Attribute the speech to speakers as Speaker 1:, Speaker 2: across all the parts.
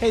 Speaker 1: Hey,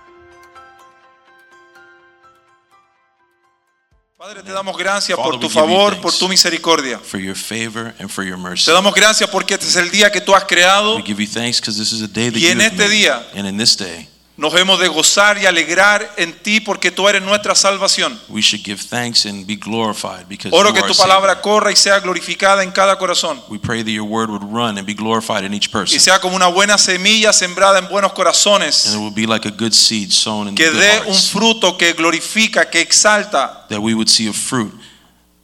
Speaker 2: Padre, te damos gracias
Speaker 3: Father,
Speaker 2: por
Speaker 3: we
Speaker 2: tu
Speaker 3: give you
Speaker 2: favor,
Speaker 3: thanks.
Speaker 2: por tu misericordia.
Speaker 3: for your favor and for your
Speaker 2: Te
Speaker 3: mercy.
Speaker 2: damos gracias porque este es el día que tú has creado.
Speaker 3: We give you thanks because this is a day that
Speaker 2: Y
Speaker 3: you
Speaker 2: en
Speaker 3: have
Speaker 2: este
Speaker 3: made.
Speaker 2: día-
Speaker 3: and in this day
Speaker 2: Nos hemos de gozar y alegrar en ti porque tú eres nuestra salvación.
Speaker 3: we should give thanks and be glorified because
Speaker 2: Oro
Speaker 3: you
Speaker 2: que
Speaker 3: are
Speaker 2: tu
Speaker 3: our
Speaker 2: palabra
Speaker 3: Savior.
Speaker 2: corra y sea glorificada en cada corazón
Speaker 3: We pray that your word would run and be glorified in each person,
Speaker 2: y sea como una buena semilla sembrada en buenos corazones
Speaker 3: and it will be like a good seed sown in
Speaker 2: que
Speaker 3: good
Speaker 2: dé un
Speaker 3: hearts,
Speaker 2: fruto que glorifica, que exalta
Speaker 3: that we would see a fruit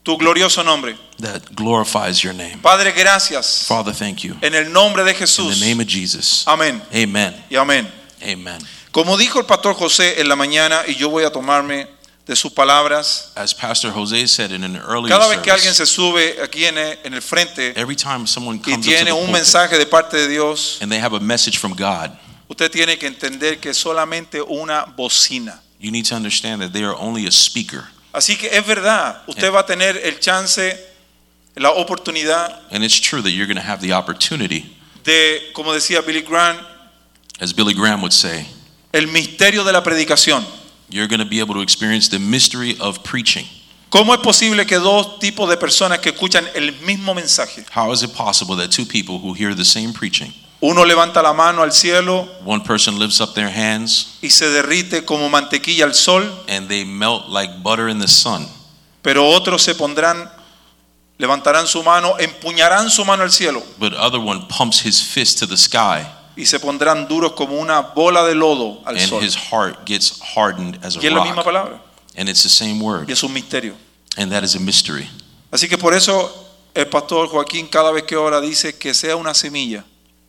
Speaker 2: tu glorioso nombre.
Speaker 3: that glorifies your name.
Speaker 2: Padre, gracias.
Speaker 3: Father, thank you
Speaker 2: En el nombre de
Speaker 3: in the
Speaker 2: Jesús.
Speaker 3: name of Jesus.
Speaker 2: Amén
Speaker 3: Amen.
Speaker 2: y amén.
Speaker 3: Amen.
Speaker 2: Como dijo el pastor José en la mañana, y yo voy a tomarme de sus palabras,
Speaker 3: As Pastor Jose said in an earlier
Speaker 2: Cada vez que alguien
Speaker 3: service,
Speaker 2: se sube eh, aquí en el, en el frente
Speaker 3: every time someone
Speaker 2: y
Speaker 3: comes up to
Speaker 2: tiene
Speaker 3: the
Speaker 2: un
Speaker 3: pulpit
Speaker 2: mensaje de parte de Dios,
Speaker 3: and they have a message from God,
Speaker 2: usted tiene que entender que es solamente una bocina.
Speaker 3: you need to understand that they are only a speaker.
Speaker 2: Así que es verdad,
Speaker 3: Eh.
Speaker 2: usted va a tener el chance, la oportunidad
Speaker 3: And it's true that you're going to have the opportunity,
Speaker 2: de, como decía Billy Grant,
Speaker 3: as Billy Graham would say,
Speaker 2: el misterio de la predicación.
Speaker 3: you're going to be able to experience the mystery of preaching.
Speaker 2: ¿Cómo es posible que dos tipos de personas que escuchan el mismo mensaje,
Speaker 3: How is it possible that two people who hear the same preaching,
Speaker 2: uno levanta la mano al cielo
Speaker 3: one person lifts up their hands
Speaker 2: y se derrite como mantequilla al sol,
Speaker 3: and they melt like butter in the sun,
Speaker 2: pero otros se pondrán, levantarán su mano, empuñarán su mano al cielo?
Speaker 3: but other one pumps his fist to the sky
Speaker 2: y se pondrán duros como una bola de lodo al
Speaker 3: and
Speaker 2: sol.
Speaker 3: his heart gets hardened as
Speaker 2: Y
Speaker 3: a
Speaker 2: es la misma
Speaker 3: rock?
Speaker 2: palabra,
Speaker 3: And it's the same
Speaker 2: y
Speaker 3: word,
Speaker 2: es un misterio.
Speaker 3: and that is a mystery.
Speaker 2: Así que por eso el pastor Joaquín cada vez que ora dice que sea una semilla.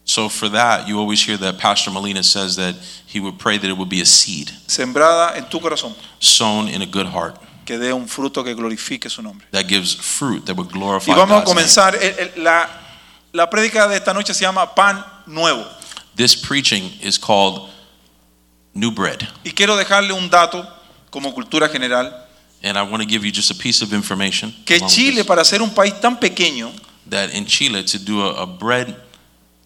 Speaker 3: So for that, you always hear that Pastor Molina says that he would pray that it would be a seed
Speaker 2: Sembrada en tu corazón,
Speaker 3: sown in a good heart
Speaker 2: que dé un fruto que glorifique su nombre.
Speaker 3: that gives fruit that would glorify
Speaker 2: Y vamos a
Speaker 3: God's name.
Speaker 2: comenzar. el- el- la, la prédica de esta noche se llama Pan Nuevo.
Speaker 3: This preaching is called new bread.
Speaker 2: Y quiero dejarle un dato como cultura general,
Speaker 3: And I want to give you just a piece of information
Speaker 2: que
Speaker 3: along with
Speaker 2: Chile
Speaker 3: this,
Speaker 2: para ser un país tan pequeño
Speaker 3: that in Chile to do a, a bread,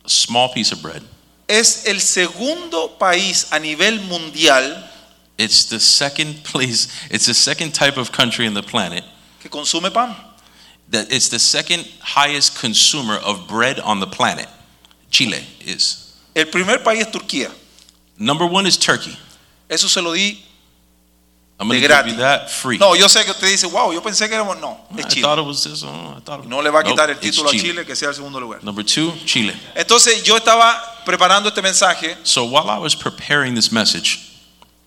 Speaker 3: a small piece of bread,
Speaker 2: es el segundo país a nivel mundial
Speaker 3: it's the second place, it's the second type of country in the planet
Speaker 2: que consume pan.
Speaker 3: that it's the second highest consumer of bread on the planet. Chile is.
Speaker 2: El primer país es Turquía.
Speaker 3: Number one is Turkey.
Speaker 2: Eso se lo di.
Speaker 3: I'm going
Speaker 2: De
Speaker 3: to give
Speaker 2: gratis.
Speaker 3: you that free.
Speaker 2: No, yo sé que usted dice, wow, yo pensé que éramos. No,
Speaker 3: I
Speaker 2: es Chile.
Speaker 3: thought it was this. Oh, I thought it was,
Speaker 2: No le va a
Speaker 3: Ah, Nope,
Speaker 2: quitar el
Speaker 3: it's
Speaker 2: título a Chile que sea el segundo lugar.
Speaker 3: Number two, Chile.
Speaker 2: Entonces yo estaba preparando este mensaje
Speaker 3: So while I was preparing this message,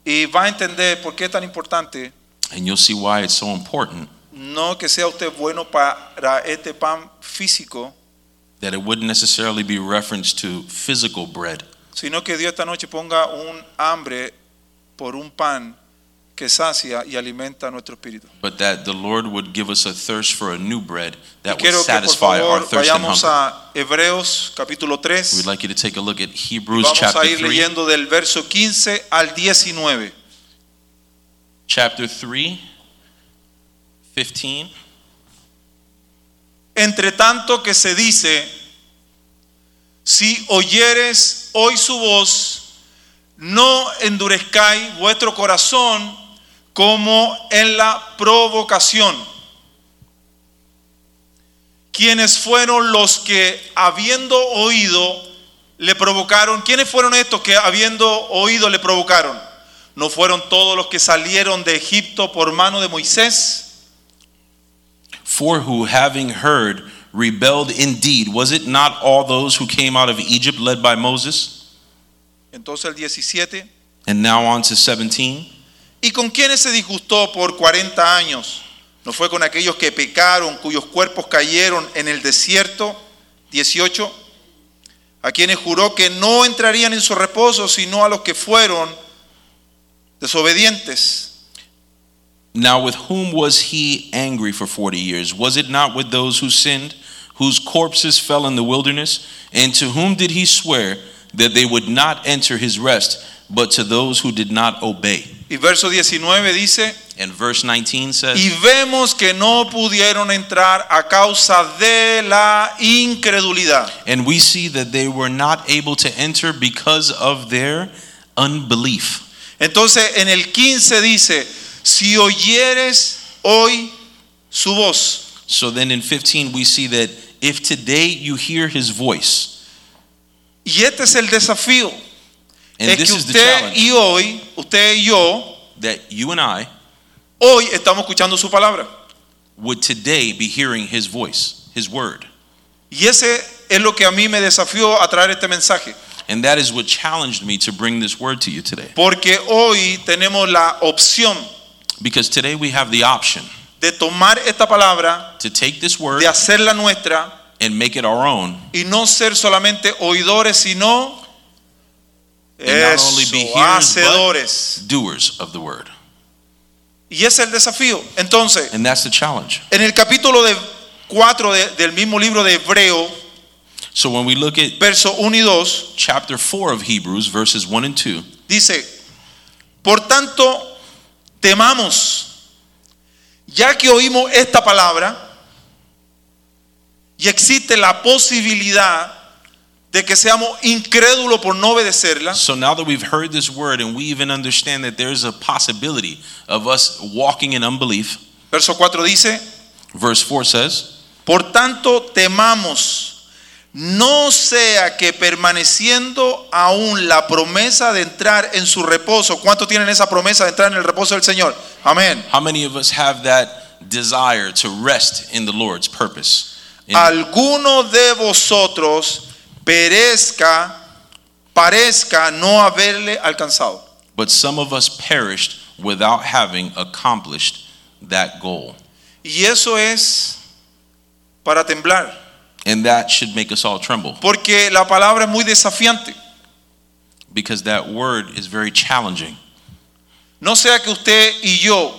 Speaker 2: y va a entender por qué es tan importante.
Speaker 3: And you'll see why it's so important
Speaker 2: No que sea usted bueno para este pan físico,
Speaker 3: that it wouldn't necessarily be reference to physical bread,
Speaker 2: sino que Dios esta noche ponga un hambre por un pan que sacia y alimenta nuestro espíritu.
Speaker 3: but that the Lord would give us a thirst for a new bread
Speaker 2: Y
Speaker 3: that would
Speaker 2: quiero que por
Speaker 3: satisfy
Speaker 2: favor
Speaker 3: our thirst and
Speaker 2: vayamos
Speaker 3: hunger.
Speaker 2: a Hebreos capítulo 3.
Speaker 3: We'd like you to take a look at Hebrews
Speaker 2: Vamos
Speaker 3: chapter
Speaker 2: a ir
Speaker 3: 3,
Speaker 2: leyendo del verso 15 al 19.
Speaker 3: chapter 3, 15.
Speaker 2: Entre tanto que se dice, si oyeres hoy su voz, no endurezcáis vuestro corazón como en la provocación. Quienes fueron los que habiendo oído le provocaron? ¿Quiénes fueron estos que habiendo oído le provocaron? ¿No fueron todos los que salieron de Egipto por mano de Moisés?
Speaker 3: For who, having heard, rebelled indeed, was it not all those who came out of Egypt led by Moses?
Speaker 2: Entonces el 17.
Speaker 3: And now on to 17.
Speaker 2: ¿Y con quiénes se disgustó por 40 años? ¿No fue con aquellos que pecaron, cuyos cuerpos cayeron en el desierto? 18. A quienes juró que no entrarían en su reposo, sino a los que fueron desobedientes.
Speaker 3: Now, with whom was he angry for 40 years? Was it not with those who sinned, whose corpses fell in the wilderness? And to whom did he swear that they would not enter his rest, but to those who did not obey?
Speaker 2: Y verso 19 dice,
Speaker 3: And verse 19 says,
Speaker 2: y vemos que no pudieron entrar a causa de la incredulidad.
Speaker 3: And we see that they were not able to enter because of their unbelief.
Speaker 2: Entonces en el 15 dice, si oyeres hoy su voz,
Speaker 3: So then in 15, we see that if today you hear his voice,
Speaker 2: y este es el desafío,
Speaker 3: and
Speaker 2: es
Speaker 3: this
Speaker 2: que
Speaker 3: is the
Speaker 2: usted
Speaker 3: challenge,
Speaker 2: y hoy, usted y yo,
Speaker 3: that you and I
Speaker 2: hoy estamos escuchando su palabra.
Speaker 3: would today be hearing his voice, his word.
Speaker 2: Y ese es lo que a mí me desafió a traer este mensaje,
Speaker 3: And that is what challenged me to bring this word to you today.
Speaker 2: porque hoy tenemos la opción
Speaker 3: Because today we have the option
Speaker 2: de tomar esta palabra,
Speaker 3: to take this word
Speaker 2: de hacerla nuestra
Speaker 3: and make it our own.
Speaker 2: y no ser solamente oidores, sino
Speaker 3: And not only be
Speaker 2: eso,
Speaker 3: hearers, but-
Speaker 2: hacedores.
Speaker 3: Doers of the word.
Speaker 2: Y ese es el desafío. Entonces,
Speaker 3: And that's the challenge.
Speaker 2: En el capítulo de 4 de- del mismo libro de Hebreo,
Speaker 3: So when we look at
Speaker 2: verso 1 y 2,
Speaker 3: chapter 4 of Hebrews, verses 1 and 2,
Speaker 2: dice, por tanto, temamos, ya que oímos esta palabra, y existe la posibilidad de que seamos incrédulos por no obedecerla,
Speaker 3: so now that we've heard this word and we even understand that there's a possibility of us walking in unbelief,
Speaker 2: verso 4 dice,
Speaker 3: verse 4 says,
Speaker 2: por tanto, temamos, no sea que permaneciendo aún la promesa de entrar en su reposo, ¿cuántos tienen esa promesa de entrar en el reposo del Señor? Amén.
Speaker 3: How many of us have that desire to rest in the Lord's purpose? In-
Speaker 2: Alguno de vosotros perezca, parezca no haberle alcanzado.
Speaker 3: but some of us perished without having accomplished that goal.
Speaker 2: Y eso es para temblar,
Speaker 3: And that should make us all tremble
Speaker 2: porque la palabra es muy desafiante.
Speaker 3: because that word is very challenging.
Speaker 2: No sea que usted y yo,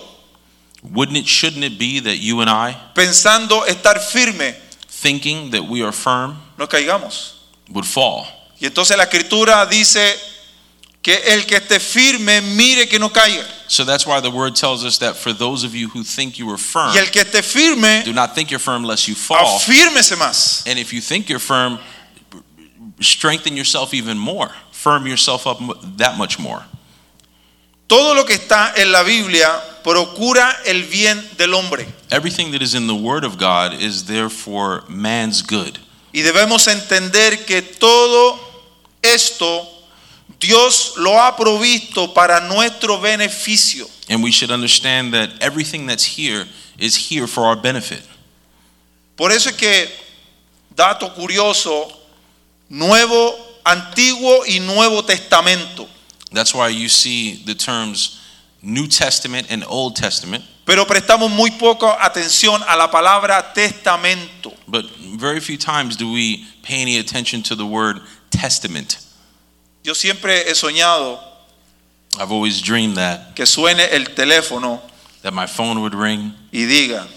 Speaker 3: Wouldn't it, shouldn't it be that you and I,
Speaker 2: pensando estar firme,
Speaker 3: thinking that we are firm,
Speaker 2: nos caigamos.
Speaker 3: would fall?
Speaker 2: Y entonces la escritura dice que el que esté firme mire que no caiga.
Speaker 3: So that's why the word tells us that for those of you who think you are firm,
Speaker 2: Y el que esté firme,
Speaker 3: do not think you're firm lest you fall.
Speaker 2: afírmese más.
Speaker 3: And if you think you're firm, strengthen yourself even more, firm yourself up mu- that much more.
Speaker 2: Todo lo que está en la Biblia procura el bien del hombre.
Speaker 3: Everything that is in the Word of God is there for man's good.
Speaker 2: Y debemos entender que todo esto Dios lo ha provisto para nuestro beneficio.
Speaker 3: And we should understand that everything that's here is here for our benefit.
Speaker 2: Por eso es que, dato curioso, Nuevo, Antiguo y Nuevo Testamento.
Speaker 3: That's why you see the terms New Testament and Old Testament,
Speaker 2: Pero prestamos muy poca atención a la palabra testamento.
Speaker 3: but very few times do we pay any attention to the word testament.
Speaker 2: Yo siempre he soñado
Speaker 3: I've always dreamed that
Speaker 2: que suene el teléfono
Speaker 3: that my phone would ring
Speaker 2: y diga,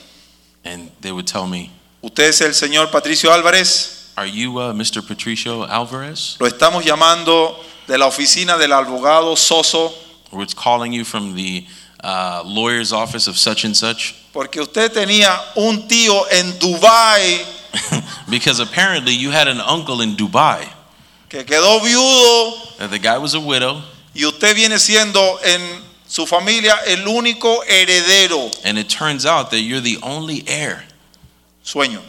Speaker 3: and they would tell me,
Speaker 2: usted es el señor Patricio Álvarez,
Speaker 3: "Are you uh, Mr. Patricio Alvarez?
Speaker 2: lo estamos llamando de la oficina del abogado Soso
Speaker 3: We're calling you from the uh, lawyer's office of such and such."
Speaker 2: porque usted tenía un tío en Dubai
Speaker 3: because apparently you had an uncle in Dubai.
Speaker 2: que quedó viudo
Speaker 3: Uh, The guy was a widow,
Speaker 2: y usted viene siendo en su familia el único heredero.
Speaker 3: and it turns out that you're the only heir.
Speaker 2: Sueño.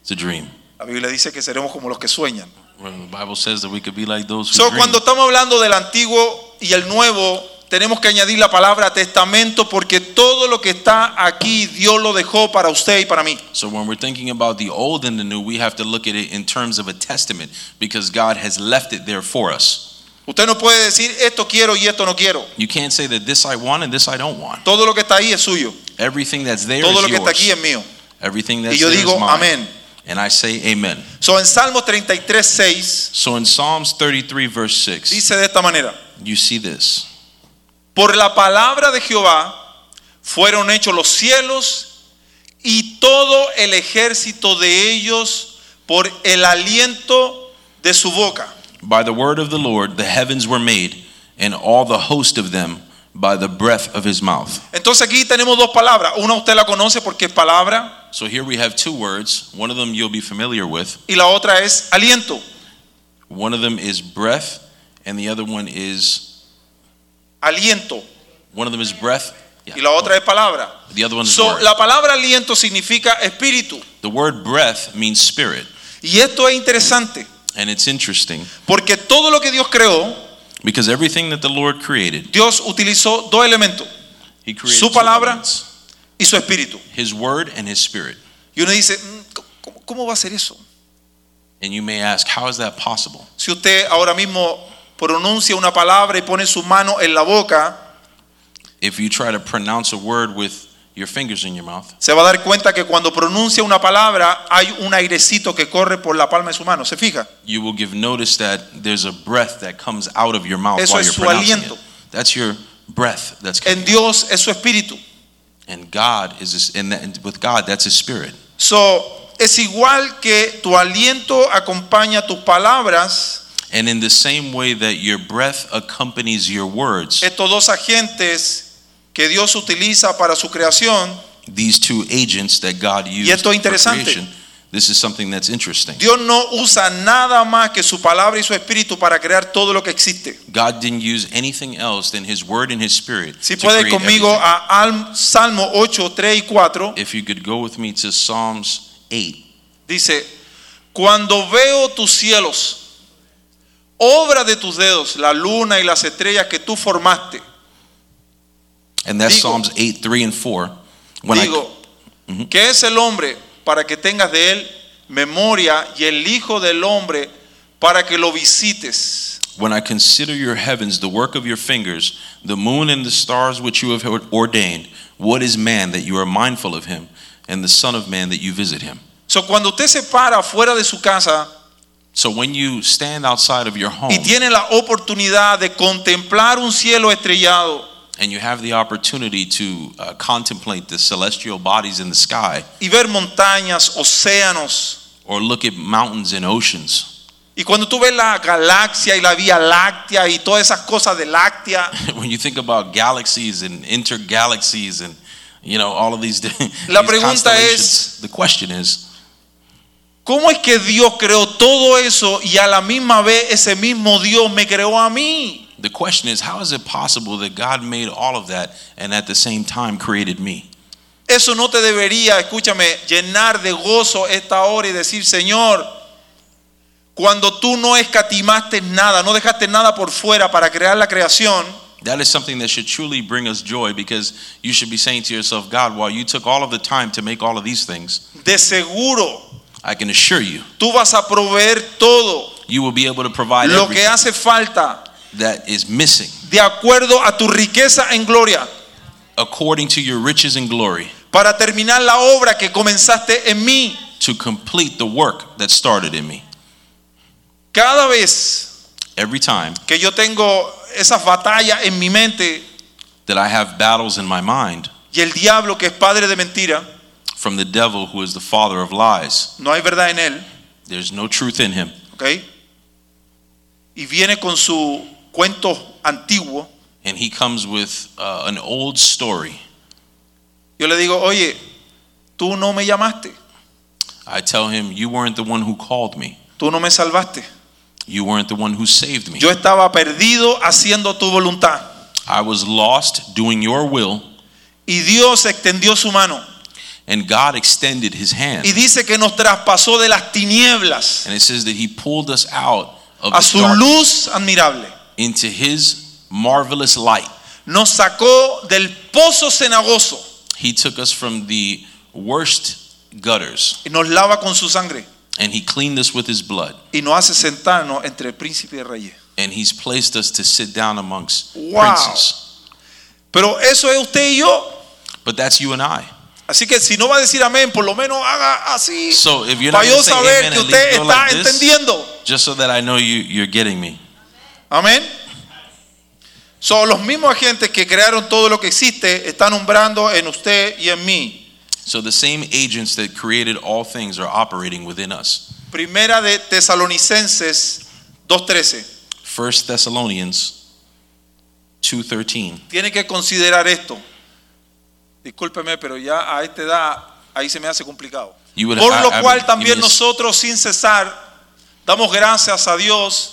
Speaker 3: It's a dream.
Speaker 2: La Biblia dice que seremos como los que sueñan.
Speaker 3: Well, the Bible says that we could be like those who
Speaker 2: So,
Speaker 3: dream.
Speaker 2: cuando estamos hablando del antiguo y el nuevo, tenemos que añadir la palabra testamento porque todo lo que está aquí Dios lo dejó para usted y para mí.
Speaker 3: So when we're thinking about the old and the new, we have to look at it in terms of a testament because God has left it there for us.
Speaker 2: Usted no puede decir esto quiero y esto no quiero.
Speaker 3: You can't say that this I want and this I don't want.
Speaker 2: Todo lo que está ahí es suyo.
Speaker 3: Everything that's there is
Speaker 2: Todo lo que está aquí
Speaker 3: yours.
Speaker 2: es mío.
Speaker 3: Everything
Speaker 2: Y
Speaker 3: that's
Speaker 2: yo
Speaker 3: there is
Speaker 2: digo
Speaker 3: mine.
Speaker 2: amén.
Speaker 3: And I say amen.
Speaker 2: So, en Salmos 33, 6
Speaker 3: So in Psalms 33 verse 6,
Speaker 2: dice de esta manera:
Speaker 3: you see this.
Speaker 2: Por la palabra de Jehová fueron hechos los cielos y todo el ejército de ellos por el aliento de su boca.
Speaker 3: By the word of the Lord, the heavens were made, and all the host of them by the breath of his mouth.
Speaker 2: Entonces aquí tenemos dos palabras. Una usted la conoce porque es palabra
Speaker 3: So here we have two words. One of them you'll be familiar with.
Speaker 2: y la otra es aliento.
Speaker 3: One of them is breath, and the other one is
Speaker 2: Aliento.
Speaker 3: one of them is breath. Yeah.
Speaker 2: Y la otra es palabra.
Speaker 3: The other one is
Speaker 2: So,
Speaker 3: word.
Speaker 2: la palabra aliento significa espíritu.
Speaker 3: The word breath means spirit,
Speaker 2: Y esto es interesante
Speaker 3: and it's interesting
Speaker 2: porque todo lo que Dios creó,
Speaker 3: because everything that the Lord created,
Speaker 2: Dios utilizó dos elementos,
Speaker 3: He created
Speaker 2: Su
Speaker 3: two
Speaker 2: palabra.
Speaker 3: elements,
Speaker 2: y su espíritu.
Speaker 3: His word and His spirit.
Speaker 2: Y uno dice, "Mm, ¿cómo, cómo va a ser eso?
Speaker 3: And you may ask, how is that possible?
Speaker 2: Si usted ahora mismo pronuncia una palabra y pone su mano en la boca,
Speaker 3: If you try to pronounce a word with your fingers in your mouth,
Speaker 2: se va a dar cuenta que cuando pronuncia una palabra hay un airecito que corre por la palma de su mano. ¿Se fija?
Speaker 3: you will give notice that there's a breath that comes out of your mouth
Speaker 2: Eso
Speaker 3: while
Speaker 2: es
Speaker 3: you're
Speaker 2: su
Speaker 3: pronouncing
Speaker 2: aliento.
Speaker 3: it. That's your breath that's
Speaker 2: En
Speaker 3: coming.
Speaker 2: Dios es su espíritu.
Speaker 3: And God is this, and, that, and with God, that's His spirit.
Speaker 2: So, es igual que tu aliento acompaña tus palabras.
Speaker 3: And in the same way that your breath accompanies your words,
Speaker 2: estos dos agentes que Dios utiliza para su creación,
Speaker 3: these two agents that God used
Speaker 2: esto es
Speaker 3: for
Speaker 2: interesante.
Speaker 3: creation, this is something that's interesting.
Speaker 2: Dios no usa nada más que su palabra y su espíritu para crear todo lo que existe.
Speaker 3: God didn't use anything else than His Word and His Spirit.
Speaker 2: Si
Speaker 3: to
Speaker 2: puede ir
Speaker 3: create
Speaker 2: conmigo
Speaker 3: everything.
Speaker 2: a Al- Salmo 8, 3 y 4,
Speaker 3: If you could go with me to Psalms 8,
Speaker 2: dice, cuando veo tus cielos, obra de tus dedos, la luna y las estrellas que tú formaste,
Speaker 3: and that's
Speaker 2: Digo-
Speaker 3: Psalms 8, 3 and 4. When I, mm-hmm.
Speaker 2: digo, ¿qué es el hombre para que tengas de él memoria y el hijo del hombre para que lo visites?
Speaker 3: when I consider your heavens, the work of your fingers, the moon and the stars which you have ordained, what is man that you are mindful of him, and the Son of Man that you visit him?
Speaker 2: So, cuando usted se para fuera de su casa
Speaker 3: So when you stand outside of your
Speaker 2: y
Speaker 3: home
Speaker 2: tiene la oportunidad de contemplar un cielo estrellado
Speaker 3: and you have the opportunity to uh, contemplate the celestial bodies in the sky
Speaker 2: y ver montañas, océanos,
Speaker 3: or look at mountains and oceans,
Speaker 2: y cuando tú ves la galaxia y la Vía Láctea y todas esas cosas de Láctea,
Speaker 3: when you think about galaxies and intergalaxies and you know all of these, di-
Speaker 2: La
Speaker 3: these
Speaker 2: pregunta
Speaker 3: constellations, the question is
Speaker 2: ¿cómo es que Dios creó todo eso y a la misma vez ese mismo Dios me creó a mí?
Speaker 3: the question is how is it possible that God made all of that and at the same time created me?
Speaker 2: Eso no te debería, escúchame, llenar de gozo esta hora y decir, Señor, cuando tú no escatimaste nada, no dejaste nada por fuera para crear la creación,
Speaker 3: That is something that should truly bring us joy because you should be saying to yourself, God, while you took all of the time to make all of these things,
Speaker 2: De seguro,
Speaker 3: I can assure you
Speaker 2: tú vas a proveer todo
Speaker 3: you will be able to provide
Speaker 2: lo que
Speaker 3: everything
Speaker 2: hace falta
Speaker 3: that is missing
Speaker 2: de acuerdo a tu riqueza en gloria
Speaker 3: according to your riches and glory
Speaker 2: para terminar la obra que comenzaste en mí.
Speaker 3: to complete the work that started in me.
Speaker 2: Cada vez
Speaker 3: Every time
Speaker 2: que yo tengo esas batallas en mi mente
Speaker 3: that I have battles in my mind
Speaker 2: y el diablo que es padre de mentira,
Speaker 3: from the devil who is the father of lies,
Speaker 2: no hay verdad en él,
Speaker 3: there's no truth in him.
Speaker 2: ¿ok? Y viene con su cuento antiguo.
Speaker 3: And he comes with uh, an old story.
Speaker 2: Yo le digo, oye, tú no me llamaste,
Speaker 3: I tell him, You weren't the one who called me.
Speaker 2: tú no me salvaste.
Speaker 3: You weren't the one who saved me.
Speaker 2: Yo estaba perdido haciendo tu voluntad.
Speaker 3: I was lost doing your will,
Speaker 2: Y Dios extendió su mano
Speaker 3: and God extended his hand.
Speaker 2: y dice que nos traspasó de las tinieblas
Speaker 3: And it says that he pulled us out of
Speaker 2: a su
Speaker 3: the dark
Speaker 2: luz admirable.
Speaker 3: into his marvelous light.
Speaker 2: Nos sacó del pozo cenagoso
Speaker 3: He took us from the worst gutters
Speaker 2: y nos lava con su sangre
Speaker 3: and he cleaned us with his blood
Speaker 2: y nos hace sentarnos entre el príncipe y el rey.
Speaker 3: and he's placed us to sit down amongst
Speaker 2: Wow.
Speaker 3: princes.
Speaker 2: Pero eso es usted y yo.
Speaker 3: But that's you and I.
Speaker 2: Así que si no va a decir amén, por lo menos haga así
Speaker 3: So if you're not
Speaker 2: para yo
Speaker 3: going to say
Speaker 2: saber
Speaker 3: amen,
Speaker 2: que
Speaker 3: at least
Speaker 2: usted
Speaker 3: go
Speaker 2: está
Speaker 3: like this,
Speaker 2: entendiendo.
Speaker 3: just so that I know you, you're getting me.
Speaker 2: Amén. Son los mismos agentes que crearon todo lo que existe, están umbrando en usted y en mí.
Speaker 3: So the same agents that created all things are operating within us.
Speaker 2: Primera de Tesalonicenses 2.13.
Speaker 3: 1 Thessalonians 2:13.
Speaker 2: Tiene que considerar esto. Discúlpeme, pero ya a esta edad ahí se me hace complicado.
Speaker 3: You would
Speaker 2: Por
Speaker 3: I-
Speaker 2: lo
Speaker 3: I
Speaker 2: cual
Speaker 3: would-
Speaker 2: también
Speaker 3: even as-
Speaker 2: nosotros sin cesar damos gracias a Dios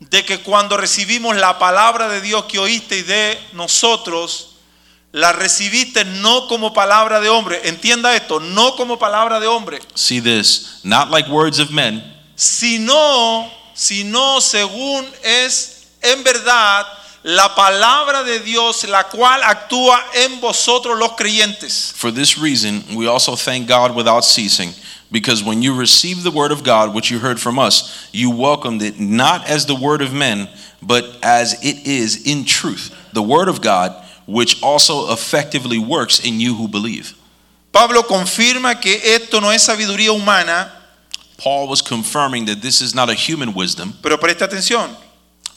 Speaker 2: de que cuando recibimos la palabra de Dios que oísteis de nosotros, la recibiste no como palabra de hombre. Entienda esto, no como palabra de hombre,
Speaker 3: see this, not like words of men,
Speaker 2: sino, sino según es en verdad la palabra de Dios, la cual actúa en vosotros los creyentes.
Speaker 3: For this reason, we also thank God without ceasing, because when you received the word of God, which you heard from us, you welcomed it not as the word of men, but as it is in truth, the word of God, which also effectively works in you who believe.
Speaker 2: Pablo confirma que esto no es sabiduría humana,
Speaker 3: Paul was confirming that this is not a human wisdom,
Speaker 2: pero presta atención.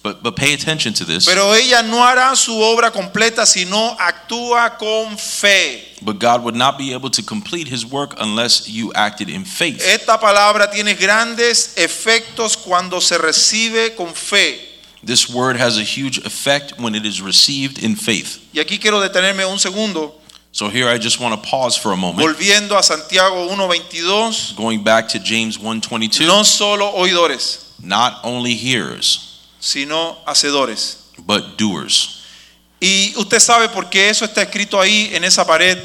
Speaker 3: but, but pay attention to this.
Speaker 2: Pero ella no hará su obra completa si no actúa con fe.
Speaker 3: But God would not be able to complete his work unless you acted in faith.
Speaker 2: Esta palabra tiene grandes efectos cuando se recibe con fe.
Speaker 3: This word has a huge effect when it is received in faith.
Speaker 2: Y aquí quiero detenerme un segundo,
Speaker 3: So here I just want to pause for a moment.
Speaker 2: volviendo a Santiago 1.22,
Speaker 3: going back to James 1:22,
Speaker 2: no solo oidores,
Speaker 3: not only hearers
Speaker 2: sino hacedores.
Speaker 3: but doers.
Speaker 2: Y usted sabe por qué eso está escrito ahí en esa pared.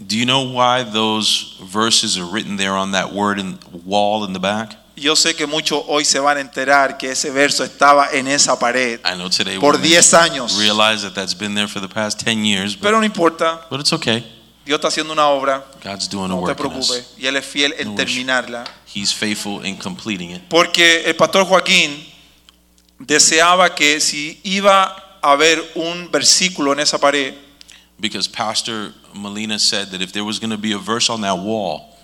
Speaker 3: Do you know why those verses are written there on that word in wall in the back?
Speaker 2: Yo sé que muchos hoy se van a enterar que ese verso estaba en esa pared.
Speaker 3: I know today
Speaker 2: por
Speaker 3: we're gonna
Speaker 2: 10 años.
Speaker 3: realize that that's been there for the past 10 years, but,
Speaker 2: Pero no importa,
Speaker 3: but it's okay.
Speaker 2: Dios está haciendo una obra,
Speaker 3: God's doing a
Speaker 2: no te
Speaker 3: work in us.
Speaker 2: preocupes, y Él es fiel en
Speaker 3: No
Speaker 2: terminarla.
Speaker 3: He's faithful in completing it.
Speaker 2: Porque el pastor Joaquín deseaba que si iba a haber un versículo en esa pared,
Speaker 3: Because Pastor Molina said that if there was going to be a verse on that wall,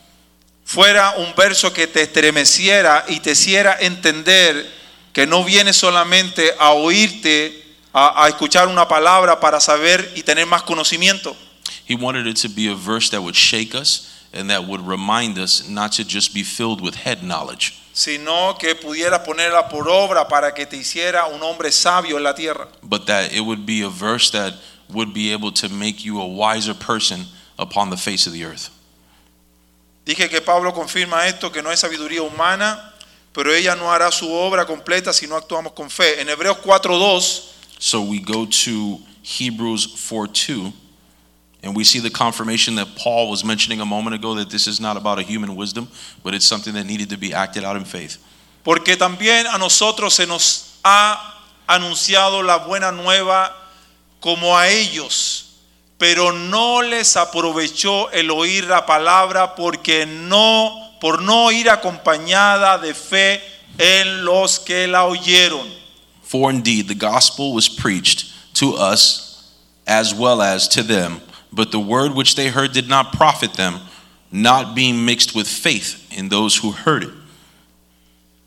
Speaker 2: fuera un verso que te estremeciera y te hiciera entender que no viene solamente a oírte, a, a escuchar una palabra para saber y tener más conocimiento,
Speaker 3: he wanted it to be a verse that would shake us and that would remind us not to just be filled with head knowledge.
Speaker 2: sino que pudieras ponerla por obra para que te hiciera un hombre sabio en la tierra.
Speaker 3: but that it would be a verse that would be able to make you a wiser person upon the face of the earth.
Speaker 2: Dije que Pablo confirma esto, que no es sabiduría humana, pero ella no hará su obra completa si no actuamos con fe. En Hebreos 4.2
Speaker 3: So we go to Hebrews 4 2, and we see the confirmation that Paul was mentioning a moment ago that this is not about a human wisdom, but it's something that needed to be acted out in faith.
Speaker 2: porque también a nosotros se nos ha anunciado la buena nueva como a ellos, pero no les aprovechó el oír la palabra porque no, por no ir acompañada de fe en los que la oyeron.
Speaker 3: For indeed the gospel was preached to us as well as to them, but the word which they heard did not profit them, not being mixed with faith in those who heard it.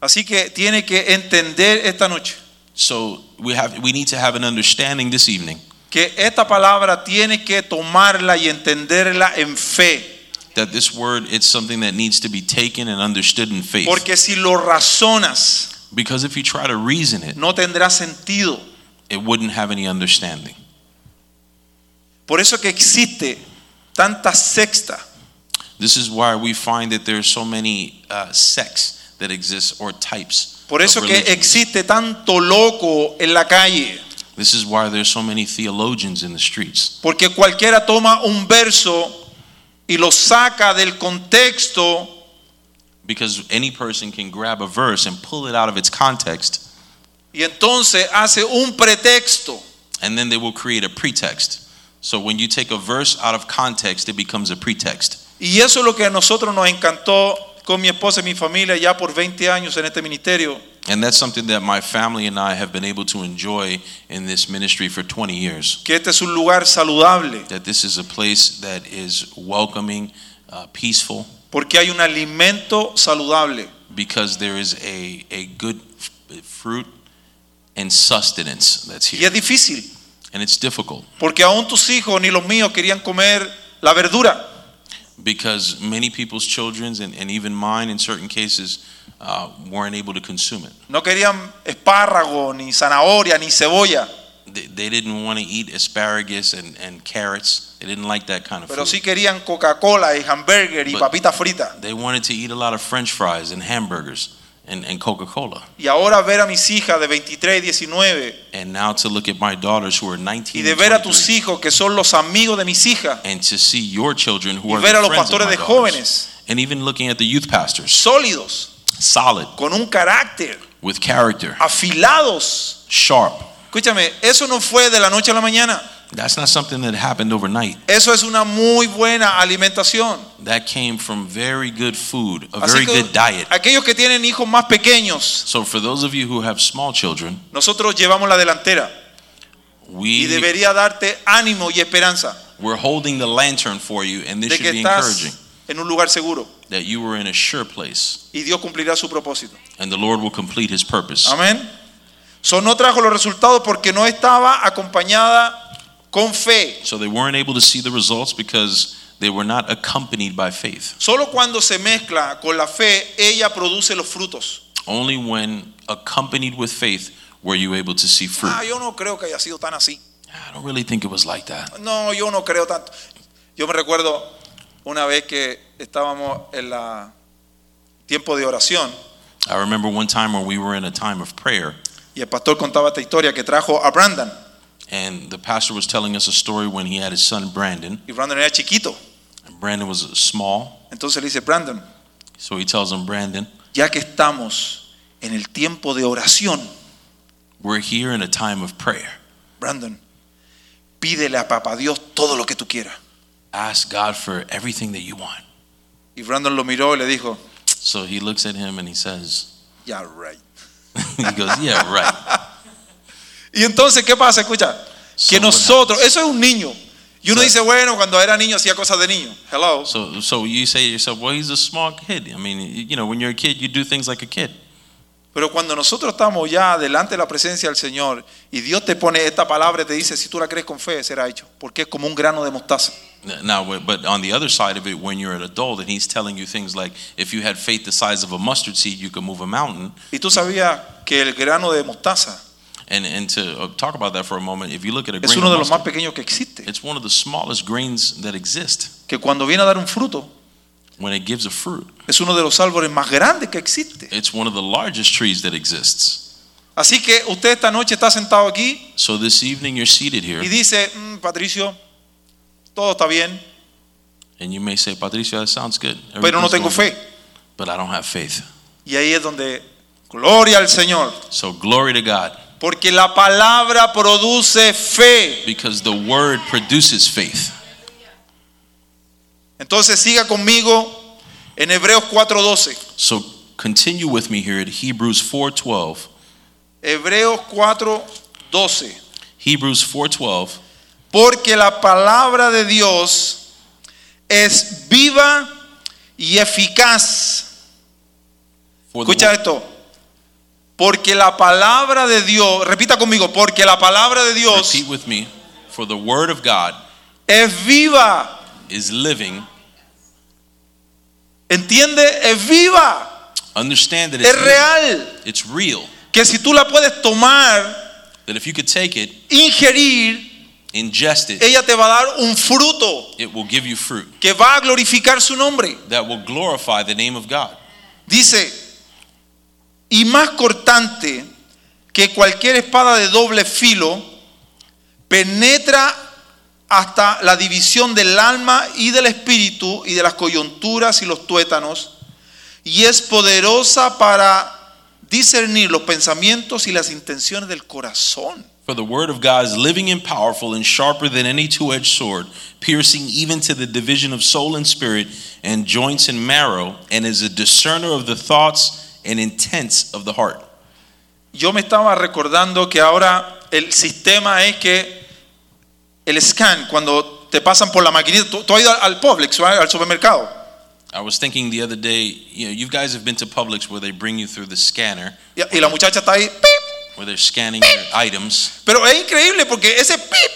Speaker 2: Así que tiene que entender esta noche.
Speaker 3: So we have we need to have an understanding this evening
Speaker 2: que esta palabra tiene que tomarla y entenderla en fe,
Speaker 3: that this word it's something that needs to be taken and understood in faith.
Speaker 2: porque si lo razonas
Speaker 3: because if you try to reason it,
Speaker 2: no tendrá sentido.
Speaker 3: it wouldn't have any understanding.
Speaker 2: Por eso que existe tanta sexta,
Speaker 3: This is why we find that there are so many uh, sects that exist or types.
Speaker 2: por eso
Speaker 3: of
Speaker 2: que
Speaker 3: religion.
Speaker 2: existe tanto loco en la calle,
Speaker 3: this is why there's so many theologians in the streets
Speaker 2: porque cualquiera toma un verso y lo saca del contexto
Speaker 3: because any person can grab a verse and pull it out of its context
Speaker 2: y entonces hace un pretexto.
Speaker 3: and then they will create a pretext. So when you take a verse out of context, it becomes a pretext.
Speaker 2: Y eso es lo que a nosotros nos encantó con mi esposa y mi familia ya por 20 años en este ministerio.
Speaker 3: And that's something that my family and I have been able to enjoy in this ministry for 20 years.
Speaker 2: que este es un lugar saludable,
Speaker 3: That this is a place that is welcoming, uh, peaceful,
Speaker 2: porque hay un alimento saludable.
Speaker 3: because there is a, a good f- fruit and sustenance that's
Speaker 2: Y
Speaker 3: here.
Speaker 2: es difícil,
Speaker 3: And it's difficult
Speaker 2: porque aún tus hijos ni los míos querían comer la verdura.
Speaker 3: because many people's children's and, and even mine in certain cases uh, weren't able to consume it.
Speaker 2: No querían espárrago, ni zanahoria, ni cebolla,
Speaker 3: They, they didn't want to eat asparagus and, and carrots. They didn't like that kind of
Speaker 2: pero sí
Speaker 3: food.
Speaker 2: querían Coca-Cola y hamburger y
Speaker 3: But-
Speaker 2: papitas fritas.
Speaker 3: They wanted to eat a lot of french fries and hamburgers and, and Coca Cola.
Speaker 2: Y ahora ver a mis hijas de 23 y 19
Speaker 3: And now to look at my daughters who are 19
Speaker 2: y de
Speaker 3: and
Speaker 2: ver a
Speaker 3: 23,
Speaker 2: tus hijos que son los amigos de mis hijas
Speaker 3: and to see your children who
Speaker 2: y
Speaker 3: are
Speaker 2: ver
Speaker 3: the
Speaker 2: a los
Speaker 3: friends of
Speaker 2: pastores
Speaker 3: my
Speaker 2: de
Speaker 3: daughters.
Speaker 2: jóvenes
Speaker 3: and even looking at the youth pastors,
Speaker 2: sólidos,
Speaker 3: solid,
Speaker 2: con un carácter,
Speaker 3: with character,
Speaker 2: afilados.
Speaker 3: sharp.
Speaker 2: Escúchame, eso no fue de la noche a la mañana.
Speaker 3: That's not something that happened overnight.
Speaker 2: Eso es una muy buena alimentación.
Speaker 3: That came from very good food, a
Speaker 2: Así
Speaker 3: very
Speaker 2: que
Speaker 3: good diet.
Speaker 2: aquellos que tienen hijos más pequeños,
Speaker 3: So for those of you who have small children,
Speaker 2: nosotros llevamos la delantera y
Speaker 3: we
Speaker 2: debería darte ánimo y esperanza
Speaker 3: we're holding the lantern for you, and this
Speaker 2: de que
Speaker 3: should be
Speaker 2: estás
Speaker 3: encouraging
Speaker 2: en un lugar seguro
Speaker 3: that you were in a sure place,
Speaker 2: y Dios cumplirá su propósito.
Speaker 3: and the Lord will complete His purpose.
Speaker 2: Amén. So no trajo los resultados porque no estaba acompañada con fe.
Speaker 3: So they weren't able to see the results because they were not accompanied by faith.
Speaker 2: Solo cuando se mezcla con la fe, ella produce los frutos.
Speaker 3: Only when accompanied with faith were you able to see fruit.
Speaker 2: Ah, yo no creo que haya sido tan así.
Speaker 3: I don't really think it was like that.
Speaker 2: No, yo no creo tanto. Yo me recuerdo una vez que estábamos en la tiempo de oración
Speaker 3: I remember one time where we were in a time of prayer,
Speaker 2: y el pastor contaba esta historia que trajo a Brandon
Speaker 3: and the pastor was telling us a story when he had his son Brandon.
Speaker 2: y Brandon era chiquito.
Speaker 3: And Brandon was small,
Speaker 2: Entonces le dice, Brandon,
Speaker 3: so he tells him, Brandon,
Speaker 2: ya que estamos en el tiempo de oración,
Speaker 3: we're here in a time of prayer.
Speaker 2: Brandon, pídele a papá Dios todo lo que tú quieras.
Speaker 3: Ask God for everything that you want.
Speaker 2: Y Brandon lo miró y le dijo,
Speaker 3: So he looks at him and he says,
Speaker 2: ya, right.
Speaker 3: he goes, yeah, right.
Speaker 2: Y entonces, ¿qué pasa? Escucha,
Speaker 3: So
Speaker 2: que
Speaker 3: what
Speaker 2: nosotros, eso es un niño. Y uno
Speaker 3: Sí.
Speaker 2: dice, bueno, cuando era niño hacía cosas de niño. Hello.
Speaker 3: So, so you say to yourself, well, he's a small kid. I mean, you know, when you're a kid, you do things like a kid.
Speaker 2: Pero cuando nosotros estamos ya delante de la presencia del Señor y Dios te pone esta palabra y te dice, si tú la crees con fe, será hecho. Porque es como un grano de mostaza.
Speaker 3: Now, but- but on the other side of it, when you're an adult and he's telling you things like, if you had faith the size of a mustard seed, you could move a mountain.
Speaker 2: Y tú sabías que el grano de mostaza
Speaker 3: And, and to uh, talk about that for a moment, if you look at a
Speaker 2: es
Speaker 3: grain
Speaker 2: uno
Speaker 3: of
Speaker 2: de los más
Speaker 3: mustard,
Speaker 2: pequeños que existe.
Speaker 3: it's one of the smallest grains that exist.
Speaker 2: Que cuando viene a dar un fruto,
Speaker 3: When it gives a fruit,
Speaker 2: es uno de los árboles más grandes que existe.
Speaker 3: it's one of the largest trees that exists.
Speaker 2: Así que usted esta noche está sentado aquí
Speaker 3: So this evening, you're seated here,
Speaker 2: y dice, "Mm, Patricio, todo está bien,
Speaker 3: and you may say, Patricia, that sounds good.
Speaker 2: pero no
Speaker 3: Everything's
Speaker 2: tengo fe.
Speaker 3: going good, But I don't have faith.
Speaker 2: Y ahí es donde, gloria al Señor,
Speaker 3: So glory to God,
Speaker 2: porque la palabra produce fe.
Speaker 3: because the word produces faith.
Speaker 2: Entonces siga conmigo en Hebreos 4.12.
Speaker 3: So continue with me here at Hebrews 4:12.
Speaker 2: Hebreos 4.12.
Speaker 3: Hebrews 4:12.
Speaker 2: Porque la palabra de Dios es viva y eficaz.
Speaker 3: For the
Speaker 2: Escucha
Speaker 3: wo-
Speaker 2: esto. Porque la palabra de Dios, repita conmigo, porque la palabra de Dios
Speaker 3: repeat with me. For the word of God
Speaker 2: es viva.
Speaker 3: is living.
Speaker 2: ¿Entiende? Es viva.
Speaker 3: Understand that
Speaker 2: Es
Speaker 3: it's living.
Speaker 2: real.
Speaker 3: It's real.
Speaker 2: Que si tú la puedes tomar,
Speaker 3: That if you could take it,
Speaker 2: ingerir,
Speaker 3: ingest it,
Speaker 2: ella te va a dar un fruto
Speaker 3: it will give you fruit
Speaker 2: que va a glorificar su nombre.
Speaker 3: that will glorify the name of God.
Speaker 2: Dice, y más cortante que cualquier espada de doble filo, penetra hasta la división del alma y del espíritu y de las coyunturas y los tuétanos, y es poderosa para discernir los pensamientos y las intenciones del corazón.
Speaker 3: For the word of God is living and powerful and sharper than any two-edged sword, piercing even to the division of soul and spirit and joints and marrow, and is a discerner of the thoughts and intents of the heart.
Speaker 2: Yo me estaba recordando que ahora el sistema es que el scan, cuando te pasan por la maquinita, tú, tú has ido al- al Publix, ¿verdad? al supermercado.
Speaker 3: I was thinking the other day, you know, you guys have been to Publix where they bring you through the scanner,
Speaker 2: Y, y la muchacha está ahí. ¡pip!
Speaker 3: where they're scanning your items.
Speaker 2: Pero es increíble porque ese pip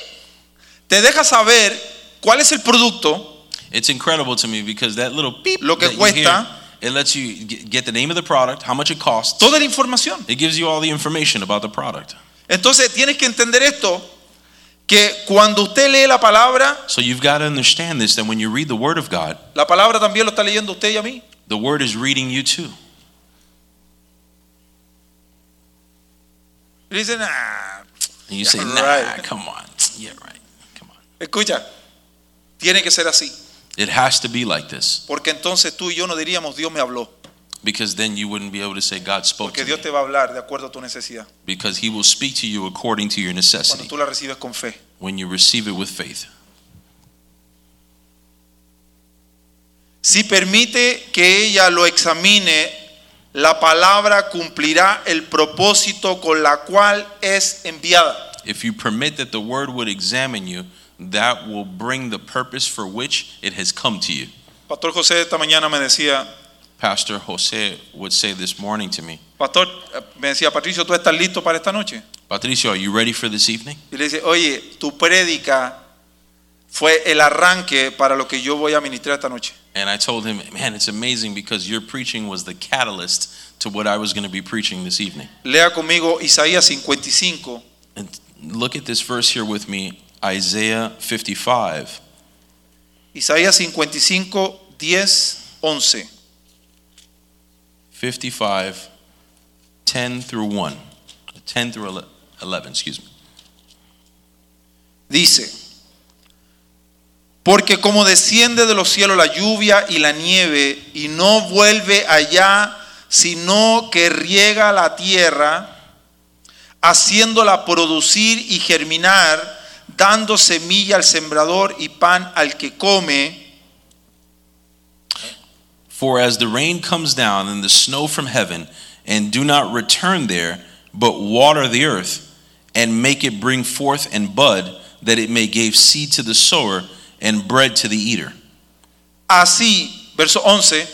Speaker 2: te deja saber cuál es el producto
Speaker 3: It's incredible to me because that little beep
Speaker 2: Lo que
Speaker 3: that you hear,
Speaker 2: cuesta.
Speaker 3: it lets you g- get the name of the product, how much it costs.
Speaker 2: Toda la información.
Speaker 3: It gives you all the information about the product.
Speaker 2: Entonces tienes que entender esto, que cuando usted lee la palabra,
Speaker 3: So you've got to understand this that when you read the Word of God,
Speaker 2: la palabra también lo está leyendo usted y a mí.
Speaker 3: the Word is reading you too.
Speaker 2: Y dicen, "Ah,
Speaker 3: And you say,
Speaker 2: Yeah,
Speaker 3: nah,
Speaker 2: right.
Speaker 3: come on. Yeah, right. Come on.
Speaker 2: escucha, tiene que ser así,
Speaker 3: It has to be like this
Speaker 2: porque entonces tú y yo no diríamos, Dios me habló,
Speaker 3: because then you wouldn't be able to say God spoke
Speaker 2: porque
Speaker 3: to
Speaker 2: Dios
Speaker 3: me
Speaker 2: te va a hablar de acuerdo a tu necesidad,
Speaker 3: because He will speak to you according to your
Speaker 2: cuando
Speaker 3: necessity
Speaker 2: tú la recibes con fe.
Speaker 3: when you receive it with faith.
Speaker 2: Si permite que ella lo examine, la palabra cumplirá el propósito con la cual es enviada.
Speaker 3: If you permit that the Word would examine you, that will bring the purpose for which it has come to you.
Speaker 2: Pastor José esta mañana me decía,
Speaker 3: Pastor Jose would say this morning to me,
Speaker 2: Pastor, eh, me decía, Patricio, ¿tú estás listo para esta noche?
Speaker 3: Patricio, are you ready for this evening?
Speaker 2: Y le dice, oye, tu prédica fue el arranque para lo que yo voy a ministrar esta noche.
Speaker 3: And I told him, man, it's amazing because your preaching was the catalyst to what I was going to be preaching this evening.
Speaker 2: Lea conmigo Isaías 55,
Speaker 3: And look at this verse here with me, Isaiah 55.
Speaker 2: Isaías 55, 10, 11.
Speaker 3: 55, 10 through 1, 10 through ele- 11, excuse me.
Speaker 2: Dice, porque como desciende de los cielos la lluvia y la nieve y no vuelve allá, sino que riega la tierra, haciéndola producir y germinar, dando semilla al sembrador y pan al que come,
Speaker 3: For as the rain comes down and the snow from heaven, and do not return there, but water the earth, and make it bring forth and bud, that it may give seed to the sower and bread to the eater.
Speaker 2: así, verso 11,